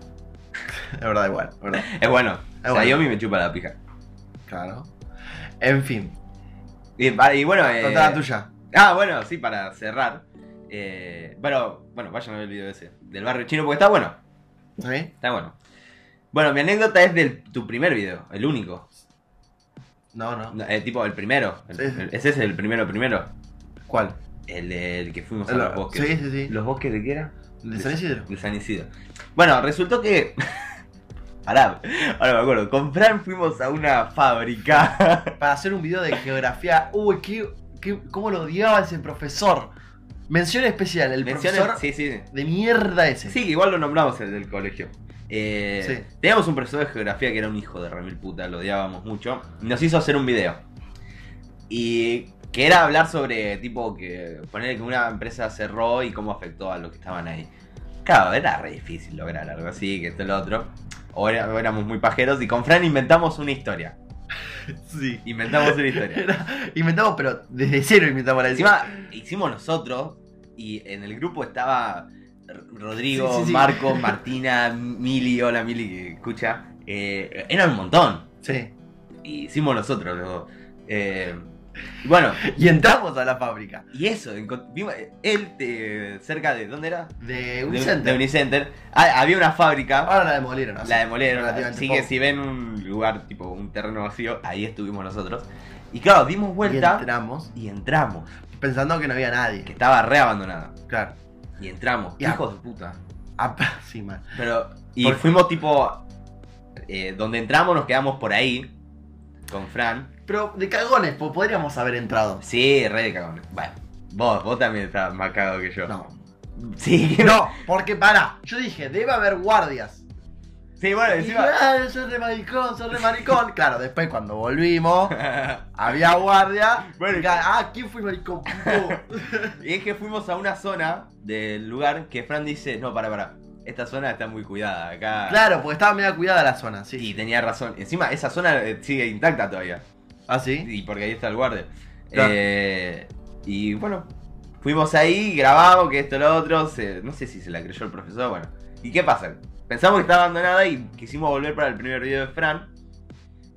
[SPEAKER 1] Es verdad, igual. es verdad.
[SPEAKER 2] Es bueno.
[SPEAKER 1] Es
[SPEAKER 2] o sea,
[SPEAKER 1] bueno.
[SPEAKER 2] Xiaomi me chupa la pija.
[SPEAKER 1] Claro. En fin,
[SPEAKER 2] Y, va- y bueno, eh,
[SPEAKER 1] contá la tuya.
[SPEAKER 2] Ah, bueno, sí, para cerrar. Eh, bueno, bueno, vayan a ver el video ese. Del barrio chino, porque está bueno.
[SPEAKER 1] ¿Sí?
[SPEAKER 2] Está bueno. Bueno, mi anécdota es de tu primer video, el único.
[SPEAKER 1] No, no.
[SPEAKER 2] No, eh, tipo, el primero. El-
[SPEAKER 1] Sí, sí.
[SPEAKER 2] el- ese es el primero, primero.
[SPEAKER 1] ¿Cuál?
[SPEAKER 2] El del que fuimos a
[SPEAKER 1] El-
[SPEAKER 2] los bosques.
[SPEAKER 1] Sí, sí, sí.
[SPEAKER 2] ¿Los bosques de qué era?
[SPEAKER 1] ¿De San Isidro?
[SPEAKER 2] De San Isidro. Bueno, resultó que. Pará, ahora me acuerdo. Con Fran fuimos a una fábrica.
[SPEAKER 1] Para hacer un video de geografía. Uy, qué, qué- cómo lo odiaba ese profesor. Mención especial, el
[SPEAKER 2] Menciona-
[SPEAKER 1] profesor
[SPEAKER 2] Sí, sí.
[SPEAKER 1] de mierda ese.
[SPEAKER 2] Sí, igual lo nombramos el del colegio. Eh,
[SPEAKER 1] Sí.
[SPEAKER 2] Teníamos un profesor de geografía que era un hijo de remil puta, lo odiábamos mucho. y Nos hizo hacer un video. Y que era hablar sobre, tipo, que poner que una empresa cerró y cómo afectó a los que estaban ahí. Claro, era re difícil lograr algo así, que esto y lo otro. O, era- o éramos muy pajeros y con Fran inventamos una historia.
[SPEAKER 1] sí.
[SPEAKER 2] Inventamos una historia.
[SPEAKER 1] Era- inventamos, pero desde cero inventamos la idea.
[SPEAKER 2] Encima hicimos nosotros y en el grupo estaba R- Rodrigo,
[SPEAKER 1] Sí, sí, sí.
[SPEAKER 2] Marco, Martina, Mili, hola Mili que escucha. Eh, eran un montón.
[SPEAKER 1] Sí.
[SPEAKER 2] Y hicimos nosotros los dos. Eh, y bueno,
[SPEAKER 1] Y entramos a la fábrica.
[SPEAKER 2] y eso, encont- vimos- él te- cerca de ¿dónde era?
[SPEAKER 1] De
[SPEAKER 2] De
[SPEAKER 1] un
[SPEAKER 2] un-
[SPEAKER 1] centro.
[SPEAKER 2] de Unicenter. Ah, había una fábrica.
[SPEAKER 1] Ahora la demolieron. hace
[SPEAKER 2] La demolieron.
[SPEAKER 1] relativamente
[SPEAKER 2] Así que
[SPEAKER 1] poco.
[SPEAKER 2] si ven un lugar tipo un terreno vacío, ahí estuvimos nosotros. Y claro, dimos
[SPEAKER 1] Y
[SPEAKER 2] vuelta
[SPEAKER 1] entramos
[SPEAKER 2] y entramos.
[SPEAKER 1] pensando que no había nadie.
[SPEAKER 2] Que estaba re abandonada.
[SPEAKER 1] Claro.
[SPEAKER 2] Y entramos,
[SPEAKER 1] Ya.
[SPEAKER 2] hijos de puta.
[SPEAKER 1] Ah, sí, mal.
[SPEAKER 2] Pero, y
[SPEAKER 1] Porque-
[SPEAKER 2] fuimos tipo. eh, donde entramos nos quedamos por ahí. Con Fran.
[SPEAKER 1] Pero de cagones, po- podríamos haber entrado.
[SPEAKER 2] Sí, re de cagón. Bueno, vos, vos también estabas más cagado que yo.
[SPEAKER 1] No.
[SPEAKER 2] Sí, no.
[SPEAKER 1] No, porque pará. Yo dije, debe haber guardias.
[SPEAKER 2] Sí, bueno,
[SPEAKER 1] Y dije,
[SPEAKER 2] encima.
[SPEAKER 1] ah, sos de maricón, sos de maricón. Claro, después cuando volvimos, había guardia.
[SPEAKER 2] Bueno,
[SPEAKER 1] Y ca- ah, ¿quién fue maricón? puto?
[SPEAKER 2] y es que fuimos a una zona del lugar que Fran dice: No, para, para. Esta zona está muy cuidada. Acá.
[SPEAKER 1] claro, porque estaba media cuidada la zona, sí.
[SPEAKER 2] Y tenía razón. Encima, esa zona eh, sigue intacta todavía.
[SPEAKER 1] ¿Ah, sí?
[SPEAKER 2] Y porque ahí está el guardia.
[SPEAKER 1] Claro.
[SPEAKER 2] Eh, y bueno, fuimos ahí, grabamos, que esto, lo otro. se- no sé si se la creyó el profesor, bueno. ¿Y qué pasa? Pensamos que estaba abandonada y quisimos volver para el primer video de Fran.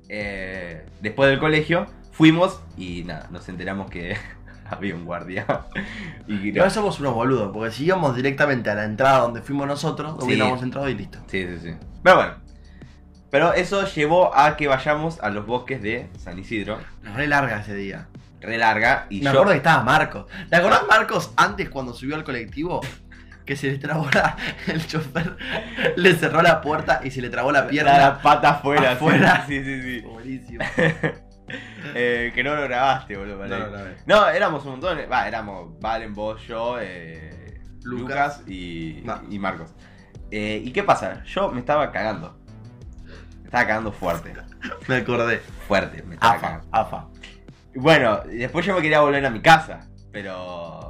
[SPEAKER 2] Eh, después del colegio, fuimos y nada, nos enteramos que había un guardia. y
[SPEAKER 1] No somos unos boludos, porque si íbamos directamente a la entrada donde fuimos nosotros,
[SPEAKER 2] Sí.
[SPEAKER 1] hubiéramos entrado y listo.
[SPEAKER 2] Sí, sí, sí. Pero bueno. Pero eso llevó a que vayamos a los bosques de San Isidro,
[SPEAKER 1] Re larga ese día.
[SPEAKER 2] re larga. Y
[SPEAKER 1] Me
[SPEAKER 2] yo...
[SPEAKER 1] acuerdo que estaba Marcos. ¿Te acordás Marcos antes cuando subió al colectivo? Que se le trabó la. El chofer le cerró la puerta y se le trabó la pierna.
[SPEAKER 2] la pata afuera. sí,
[SPEAKER 1] afuera.
[SPEAKER 2] Sí, sí, sí.
[SPEAKER 1] Buenísimo.
[SPEAKER 2] Eh, que no lo grabaste, boludo. para ahí. No, éramos un montón. Va, éramos Valen, vos, yo, eh, Lucas,
[SPEAKER 1] Lucas.
[SPEAKER 2] y,
[SPEAKER 1] No.
[SPEAKER 2] y Marcos. Eh, ¿Y qué pasa? Yo me estaba cagando. Me estaba cagando fuerte.
[SPEAKER 1] Me acordé.
[SPEAKER 2] Fuerte, me estaba
[SPEAKER 1] AFA,
[SPEAKER 2] cagando.
[SPEAKER 1] AFA.
[SPEAKER 2] Bueno, y después yo me quería volver a mi casa, pero.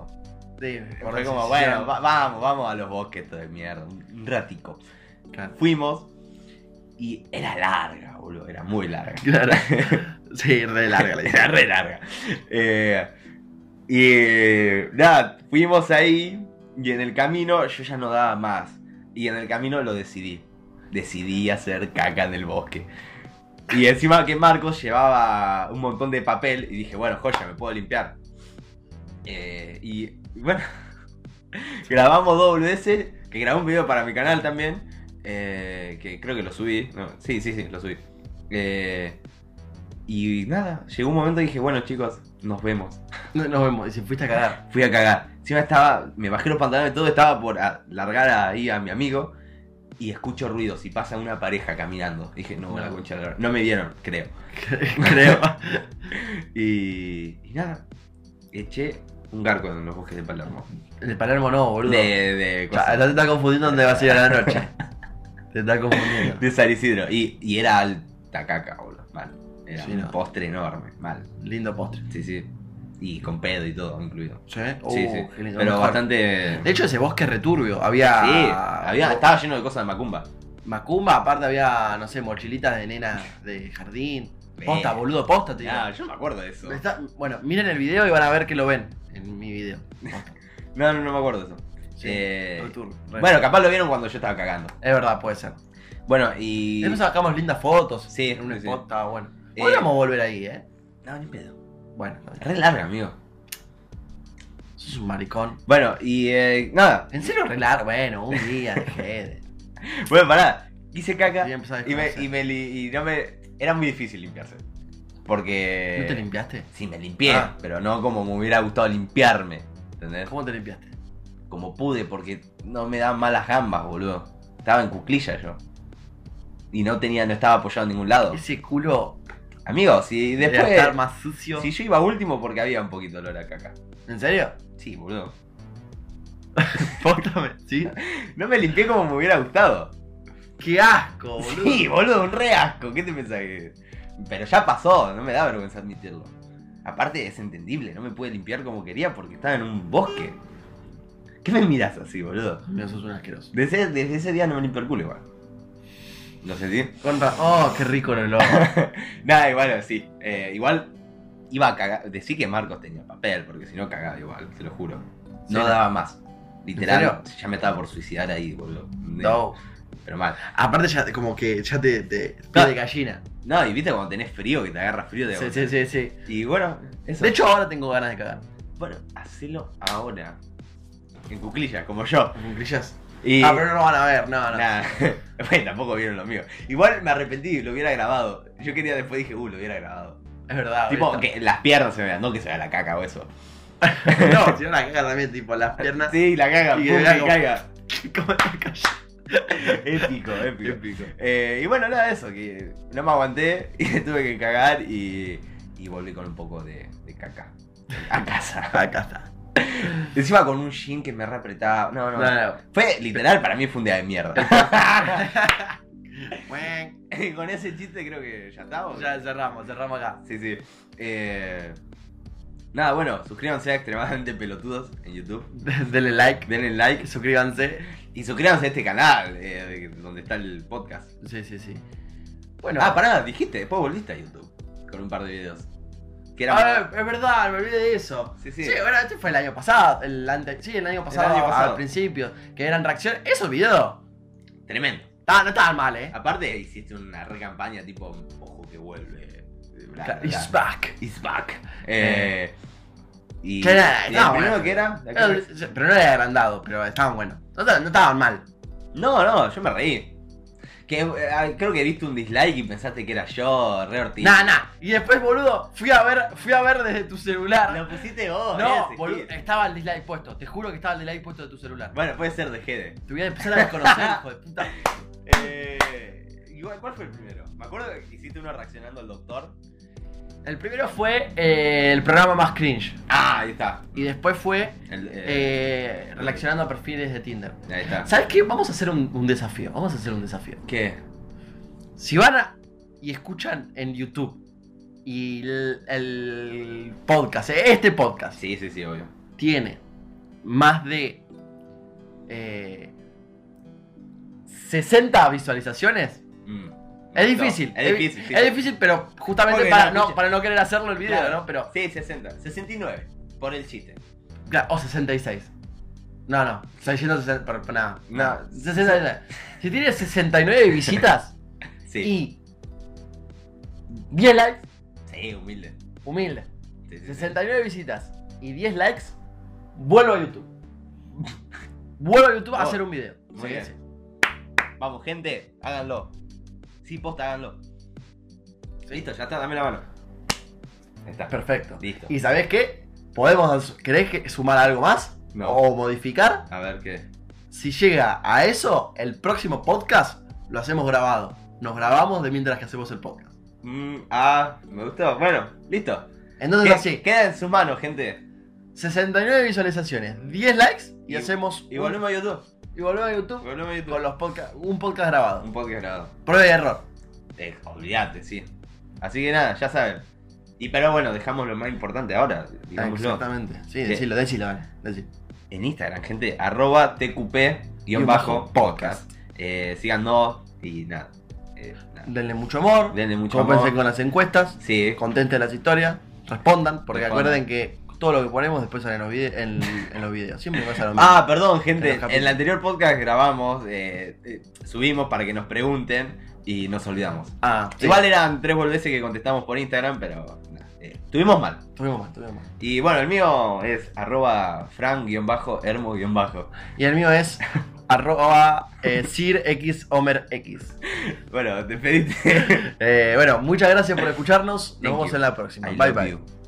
[SPEAKER 1] Sí, por
[SPEAKER 2] fue como,
[SPEAKER 1] decisión.
[SPEAKER 2] bueno, va- vamos, vamos a los bosques, todo de mierda. Un un ratico.
[SPEAKER 1] Claro.
[SPEAKER 2] Fuimos y era larga, boludo. Era muy larga.
[SPEAKER 1] Claro. Sí, re larga la idea.
[SPEAKER 2] Era re larga. Eh, y eh, nada, fuimos ahí y en el camino yo ya no daba más. Y en el camino lo decidí. Decidí hacer caca en el bosque. Y encima que Marcos llevaba un montón de papel y dije, bueno, joya, me puedo limpiar. Eh, y y bueno, grabamos dos veces, que grabé un video para mi canal también. eh, que creo que lo subí. No, sí, sí, sí, lo subí. Eh, y nada, llegó un momento y dije, bueno chicos, nos vemos.
[SPEAKER 1] No- Nos vemos, y se fuiste a cagar.
[SPEAKER 2] Fui a cagar. Encima estaba, me bajé los pantalones, todo estaba por a- largar ahí a mi amigo. Y escucho ruidos y pasa una pareja caminando. Dije, no, la
[SPEAKER 1] No.
[SPEAKER 2] concha de la lora. No me vieron, creo.
[SPEAKER 1] Creo.
[SPEAKER 2] Y, y nada, eché un garco en los bosques de Palermo.
[SPEAKER 1] El de Palermo no, boludo.
[SPEAKER 2] De, de,
[SPEAKER 1] Ya,
[SPEAKER 2] cosas.
[SPEAKER 1] ya te está confundiendo dónde vas a ir a la noche. Te está confundiendo.
[SPEAKER 2] de San Isidro. Y, y era alta caca, boludo. Mal. Era
[SPEAKER 1] Sí,
[SPEAKER 2] un
[SPEAKER 1] no.
[SPEAKER 2] postre enorme, mal.
[SPEAKER 1] Lindo postre.
[SPEAKER 2] Sí, sí. Y con pedo y todo incluido.
[SPEAKER 1] Sí,
[SPEAKER 2] sí,
[SPEAKER 1] Uh,
[SPEAKER 2] sí.
[SPEAKER 1] qué lindo.
[SPEAKER 2] Pero
[SPEAKER 1] Mejor.
[SPEAKER 2] bastante.
[SPEAKER 1] De hecho, ese bosque es returbio. Había.
[SPEAKER 2] sí,
[SPEAKER 1] Ah,
[SPEAKER 2] había, estaba lleno de cosas de Macumba.
[SPEAKER 1] Macumba, aparte había, no sé, mochilitas de nenas de jardín. Posta,
[SPEAKER 2] Eh.
[SPEAKER 1] boludo, posta, tío.
[SPEAKER 2] Ah, yo no me acuerdo de eso.
[SPEAKER 1] Está- bueno, miren el video y van a ver que lo ven en mi video.
[SPEAKER 2] No, no, no me acuerdo de eso.
[SPEAKER 1] Sí,
[SPEAKER 2] Eh,
[SPEAKER 1] returbio. re-
[SPEAKER 2] bueno, capaz lo vieron cuando yo estaba cagando.
[SPEAKER 1] es verdad, puede ser.
[SPEAKER 2] Bueno, y.
[SPEAKER 1] Después sacamos lindas fotos.
[SPEAKER 2] Sí,
[SPEAKER 1] en un
[SPEAKER 2] sí, sí.
[SPEAKER 1] spot estaba bueno.
[SPEAKER 2] Eh.
[SPEAKER 1] Podríamos volver ahí, ¿eh?
[SPEAKER 2] No, ni pedo.
[SPEAKER 1] Bueno, no,
[SPEAKER 2] Re larga, amigo.
[SPEAKER 1] sos un maricón.
[SPEAKER 2] Bueno, y eh, nada.
[SPEAKER 1] En serio, relar, bueno, un día, dejé de.
[SPEAKER 2] Bueno, pará. Hice caca.
[SPEAKER 1] Voy a empezar a
[SPEAKER 2] Y me,
[SPEAKER 1] desconocer.
[SPEAKER 2] y me li- y no me. Era muy difícil limpiarse. Porque.
[SPEAKER 1] ¿No te limpiaste?
[SPEAKER 2] Sí, me limpié,
[SPEAKER 1] Ah.
[SPEAKER 2] pero no como me hubiera gustado limpiarme. ¿Entendés?
[SPEAKER 1] ¿Cómo te limpiaste?
[SPEAKER 2] Como pude, porque no me daban malas gambas, boludo. Estaba en cuclillas yo. Y no tenía, no estaba apoyado en ningún lado.
[SPEAKER 1] Ese culo
[SPEAKER 2] Amigo, si
[SPEAKER 1] debe
[SPEAKER 2] después.
[SPEAKER 1] estar más sucio.
[SPEAKER 2] Si yo iba último porque había un poquito de olor a caca.
[SPEAKER 1] ¿En serio?
[SPEAKER 2] Sí, boludo.
[SPEAKER 1] Póstame, ¿sí?
[SPEAKER 2] No me limpié como me hubiera gustado.
[SPEAKER 1] ¡Qué asco, boludo!
[SPEAKER 2] Sí, boludo, un re asco. ¿Qué te pensás que.? Pero ya pasó, no me da vergüenza admitirlo. Aparte, es entendible, no me pude limpiar como quería porque estaba en un bosque. ¿Qué me miras así, boludo?
[SPEAKER 1] Mira, sos un asqueroso.
[SPEAKER 2] Desde, desde ese día no me limpio el culo igual. ¿Lo sentí?
[SPEAKER 1] Con ra- ¡Oh, qué rico el olor!
[SPEAKER 2] Nada, igual, sí. Eh, igual iba a cagar. Decí que Marcos tenía papel, porque si no cagaba igual, te lo juro. No
[SPEAKER 1] Sí.
[SPEAKER 2] daba más. Literal,
[SPEAKER 1] serio?
[SPEAKER 2] ya me estaba por suicidar ahí, boludo.
[SPEAKER 1] no.
[SPEAKER 2] Pero mal.
[SPEAKER 1] Aparte ya, como que ya te... te
[SPEAKER 2] No.
[SPEAKER 1] pie de gallina.
[SPEAKER 2] No, y viste cuando tenés frío, que te agarra frío de
[SPEAKER 1] Sí, sí, sí, sí.
[SPEAKER 2] Y bueno, eso.
[SPEAKER 1] De hecho, ahora tengo ganas de cagar.
[SPEAKER 2] bueno, hacelo ahora. En cuclillas, como yo.
[SPEAKER 1] ¿Con grillas?
[SPEAKER 2] Y...
[SPEAKER 1] Ah, pero no lo van a ver, no, no.
[SPEAKER 2] Nah, bueno, tampoco vieron lo mío. Igual me arrepentí, lo hubiera grabado. Yo quería después dije, uh, lo hubiera grabado.
[SPEAKER 1] Es verdad.
[SPEAKER 2] tipo,
[SPEAKER 1] ahorita-
[SPEAKER 2] que las piernas se vean, no que se vea la caca o eso.
[SPEAKER 1] No, si no la caga también, tipo, las piernas...
[SPEAKER 2] Sí, la caga,
[SPEAKER 1] Y
[SPEAKER 2] pum,
[SPEAKER 1] que
[SPEAKER 2] que
[SPEAKER 1] vea como-
[SPEAKER 2] caiga.
[SPEAKER 1] como la calle.
[SPEAKER 2] Épico, épico.
[SPEAKER 1] Épico.
[SPEAKER 2] Eh, y bueno, nada de eso, que no me aguanté y tuve que cagar y, y volví con un poco de, de caca a casa.
[SPEAKER 1] Acá está.
[SPEAKER 2] Encima con un jean que me reapretaba. No, no,
[SPEAKER 1] No, no.
[SPEAKER 2] Fue literal, para mí fue un día de mierda.
[SPEAKER 1] Buen.
[SPEAKER 2] con ese chiste creo que ya está. ¿o?
[SPEAKER 1] Ya cerramos, cerramos acá.
[SPEAKER 2] Sí, sí. Eh, Nada, bueno, suscríbanse a Extremadamente Pelotudos en YouTube.
[SPEAKER 1] Denle like,
[SPEAKER 2] Denle like
[SPEAKER 1] suscríbanse.
[SPEAKER 2] y suscríbanse a este canal eh, donde está el podcast.
[SPEAKER 1] Sí, sí, sí. Bueno,
[SPEAKER 2] Ah, pará, dijiste, después volviste a YouTube con un par de videos. Que era
[SPEAKER 1] Ah, es verdad, me olvidé de eso.
[SPEAKER 2] Sí, sí.
[SPEAKER 1] Sí, bueno, este fue el año pasado, el ante... sí, el año pasado,
[SPEAKER 2] año pasado.
[SPEAKER 1] al principio, que eran reacciones. Esos videos
[SPEAKER 2] Tremendo.
[SPEAKER 1] ta- no estaban mal, eh.
[SPEAKER 2] Aparte, hiciste una re campaña tipo, ojo que vuelve. eh, bla, bla,
[SPEAKER 1] Claro,
[SPEAKER 2] bla.
[SPEAKER 1] It's back.
[SPEAKER 2] It's back. Eh, y,
[SPEAKER 1] Che, nada,
[SPEAKER 2] y
[SPEAKER 1] no,
[SPEAKER 2] el primero
[SPEAKER 1] bueno.
[SPEAKER 2] que era. la
[SPEAKER 1] Pero,
[SPEAKER 2] que-
[SPEAKER 1] pero no era agrandado, pero estaban buenos. No, estaban- no estaban mal.
[SPEAKER 2] No, no, yo me reí. Que, eh, creo que viste un dislike y pensaste que era yo, re Ortiz.
[SPEAKER 1] Nah, nah. Y después, boludo, fui a ver, fui a ver desde tu celular.
[SPEAKER 2] Lo pusiste vos.
[SPEAKER 1] No,
[SPEAKER 2] ese,
[SPEAKER 1] boludo,
[SPEAKER 2] Gil.
[SPEAKER 1] estaba el dislike puesto. Te juro que estaba el dislike puesto de tu celular.
[SPEAKER 2] Bueno, puede ser de Jede.
[SPEAKER 1] Te voy a empezar a desconocer, hijo de puta.
[SPEAKER 2] Eh, igual, ¿Cuál fue el primero? Me acuerdo que hiciste uno reaccionando al doctor.
[SPEAKER 1] El primero fue eh, el programa más cringe.
[SPEAKER 2] Ah, ahí está.
[SPEAKER 1] Y después fue
[SPEAKER 2] El, eh,
[SPEAKER 1] eh, reaccionando a perfiles de Tinder.
[SPEAKER 2] ahí está.
[SPEAKER 1] ¿Sabes qué? Vamos a hacer un, un desafío. Vamos a hacer un desafío.
[SPEAKER 2] ¿Qué?
[SPEAKER 1] Si van a- y escuchan en YouTube y el, el podcast, eh, este podcast,
[SPEAKER 2] Sí, sí, sí, obvio.
[SPEAKER 1] tiene más de eh, 60 visualizaciones.
[SPEAKER 2] Mm.
[SPEAKER 1] Es
[SPEAKER 2] No,
[SPEAKER 1] difícil.
[SPEAKER 2] es difícil. sí.
[SPEAKER 1] Es difícil, pero justamente
[SPEAKER 2] Porque
[SPEAKER 1] para
[SPEAKER 2] la
[SPEAKER 1] no,
[SPEAKER 2] escucha.
[SPEAKER 1] para no querer hacerlo el video,
[SPEAKER 2] Claro.
[SPEAKER 1] ¿no? Pero.
[SPEAKER 2] Sí, 60. 69. Por el chiste.
[SPEAKER 1] claro, O 66. No, no. 660. Pero, pero nada.
[SPEAKER 2] No.
[SPEAKER 1] 69. Si tiene 69 visitas
[SPEAKER 2] Sí.
[SPEAKER 1] y 10 likes,
[SPEAKER 2] Sí, humilde.
[SPEAKER 1] humilde.
[SPEAKER 2] Sí, sí, sí.
[SPEAKER 1] 69 visitas y 10 likes, vuelvo a YouTube. Vuelvo a YouTube a
[SPEAKER 2] Oh,
[SPEAKER 1] hacer un video.
[SPEAKER 2] muy
[SPEAKER 1] Sí,
[SPEAKER 2] bien.
[SPEAKER 1] sí.
[SPEAKER 2] Vamos, gente, háganlo. Sí, posta, háganlo. Listo, ya está, dame la mano. Ahí Está.
[SPEAKER 1] Perfecto.
[SPEAKER 2] Listo.
[SPEAKER 1] ¿Y sabés qué? ¿Podemos, querés que- sumar algo más?
[SPEAKER 2] No.
[SPEAKER 1] ¿O modificar?
[SPEAKER 2] A ver qué.
[SPEAKER 1] Si llega a eso, el próximo podcast lo hacemos grabado. Nos grabamos de mientras que hacemos el podcast.
[SPEAKER 2] Mm, ah, me gustó. Bueno, listo.
[SPEAKER 1] Entonces
[SPEAKER 2] Que-
[SPEAKER 1] así,
[SPEAKER 2] Queda en sus manos, gente.
[SPEAKER 1] 69 visualizaciones, 10 likes y,
[SPEAKER 2] Y-
[SPEAKER 1] hacemos
[SPEAKER 2] Y
[SPEAKER 1] un-
[SPEAKER 2] volvemos a YouTube.
[SPEAKER 1] y volvemos a YouTube
[SPEAKER 2] Volvemos a YouTube.
[SPEAKER 1] con los podca- un podcast grabado.
[SPEAKER 2] Un podcast grabado.
[SPEAKER 1] Prueba y error.
[SPEAKER 2] Eh, olvídate, sí. Así que nada, ya saben. Y pero bueno, dejamos lo más importante ahora, digámoslo.
[SPEAKER 1] Exactamente. Sí, decilo, decilo, vale. decilo.
[SPEAKER 2] En Instagram, gente, arroba
[SPEAKER 1] Guión bajo
[SPEAKER 2] tqp-podcast. Eh, síganos y nada. Eh, nada.
[SPEAKER 1] Denle mucho amor.
[SPEAKER 2] Denle mucho
[SPEAKER 1] Compensen
[SPEAKER 2] amor.
[SPEAKER 1] con las encuestas.
[SPEAKER 2] Sí,
[SPEAKER 1] Contenten las historias. Respondan, porque
[SPEAKER 2] Respondan.
[SPEAKER 1] acuerden que todo lo que ponemos después sale en los, vide- en, en los videos. Siempre pasa lo mismo.
[SPEAKER 2] Ah, perdón,
[SPEAKER 1] Pero
[SPEAKER 2] gente.
[SPEAKER 1] capítulo.
[SPEAKER 2] En el anterior podcast grabamos, eh, eh, subimos para que nos pregunten y nos olvidamos.
[SPEAKER 1] Ah, sí.
[SPEAKER 2] Igual eran tres volveses que contestamos por Instagram, pero nah, eh, estuvimos mal.
[SPEAKER 1] Tuvimos más, tuvimos más.
[SPEAKER 2] Y bueno, el mío es arroba fran-hermo-bajo.
[SPEAKER 1] Y el mío es arroba eh, Sir X Homer X.
[SPEAKER 2] Bueno, despedite.
[SPEAKER 1] Eh, bueno, muchas gracias por escucharnos. Nos
[SPEAKER 2] Thank
[SPEAKER 1] vemos
[SPEAKER 2] you.
[SPEAKER 1] en la próxima.
[SPEAKER 2] I
[SPEAKER 1] bye
[SPEAKER 2] love
[SPEAKER 1] bye.
[SPEAKER 2] you.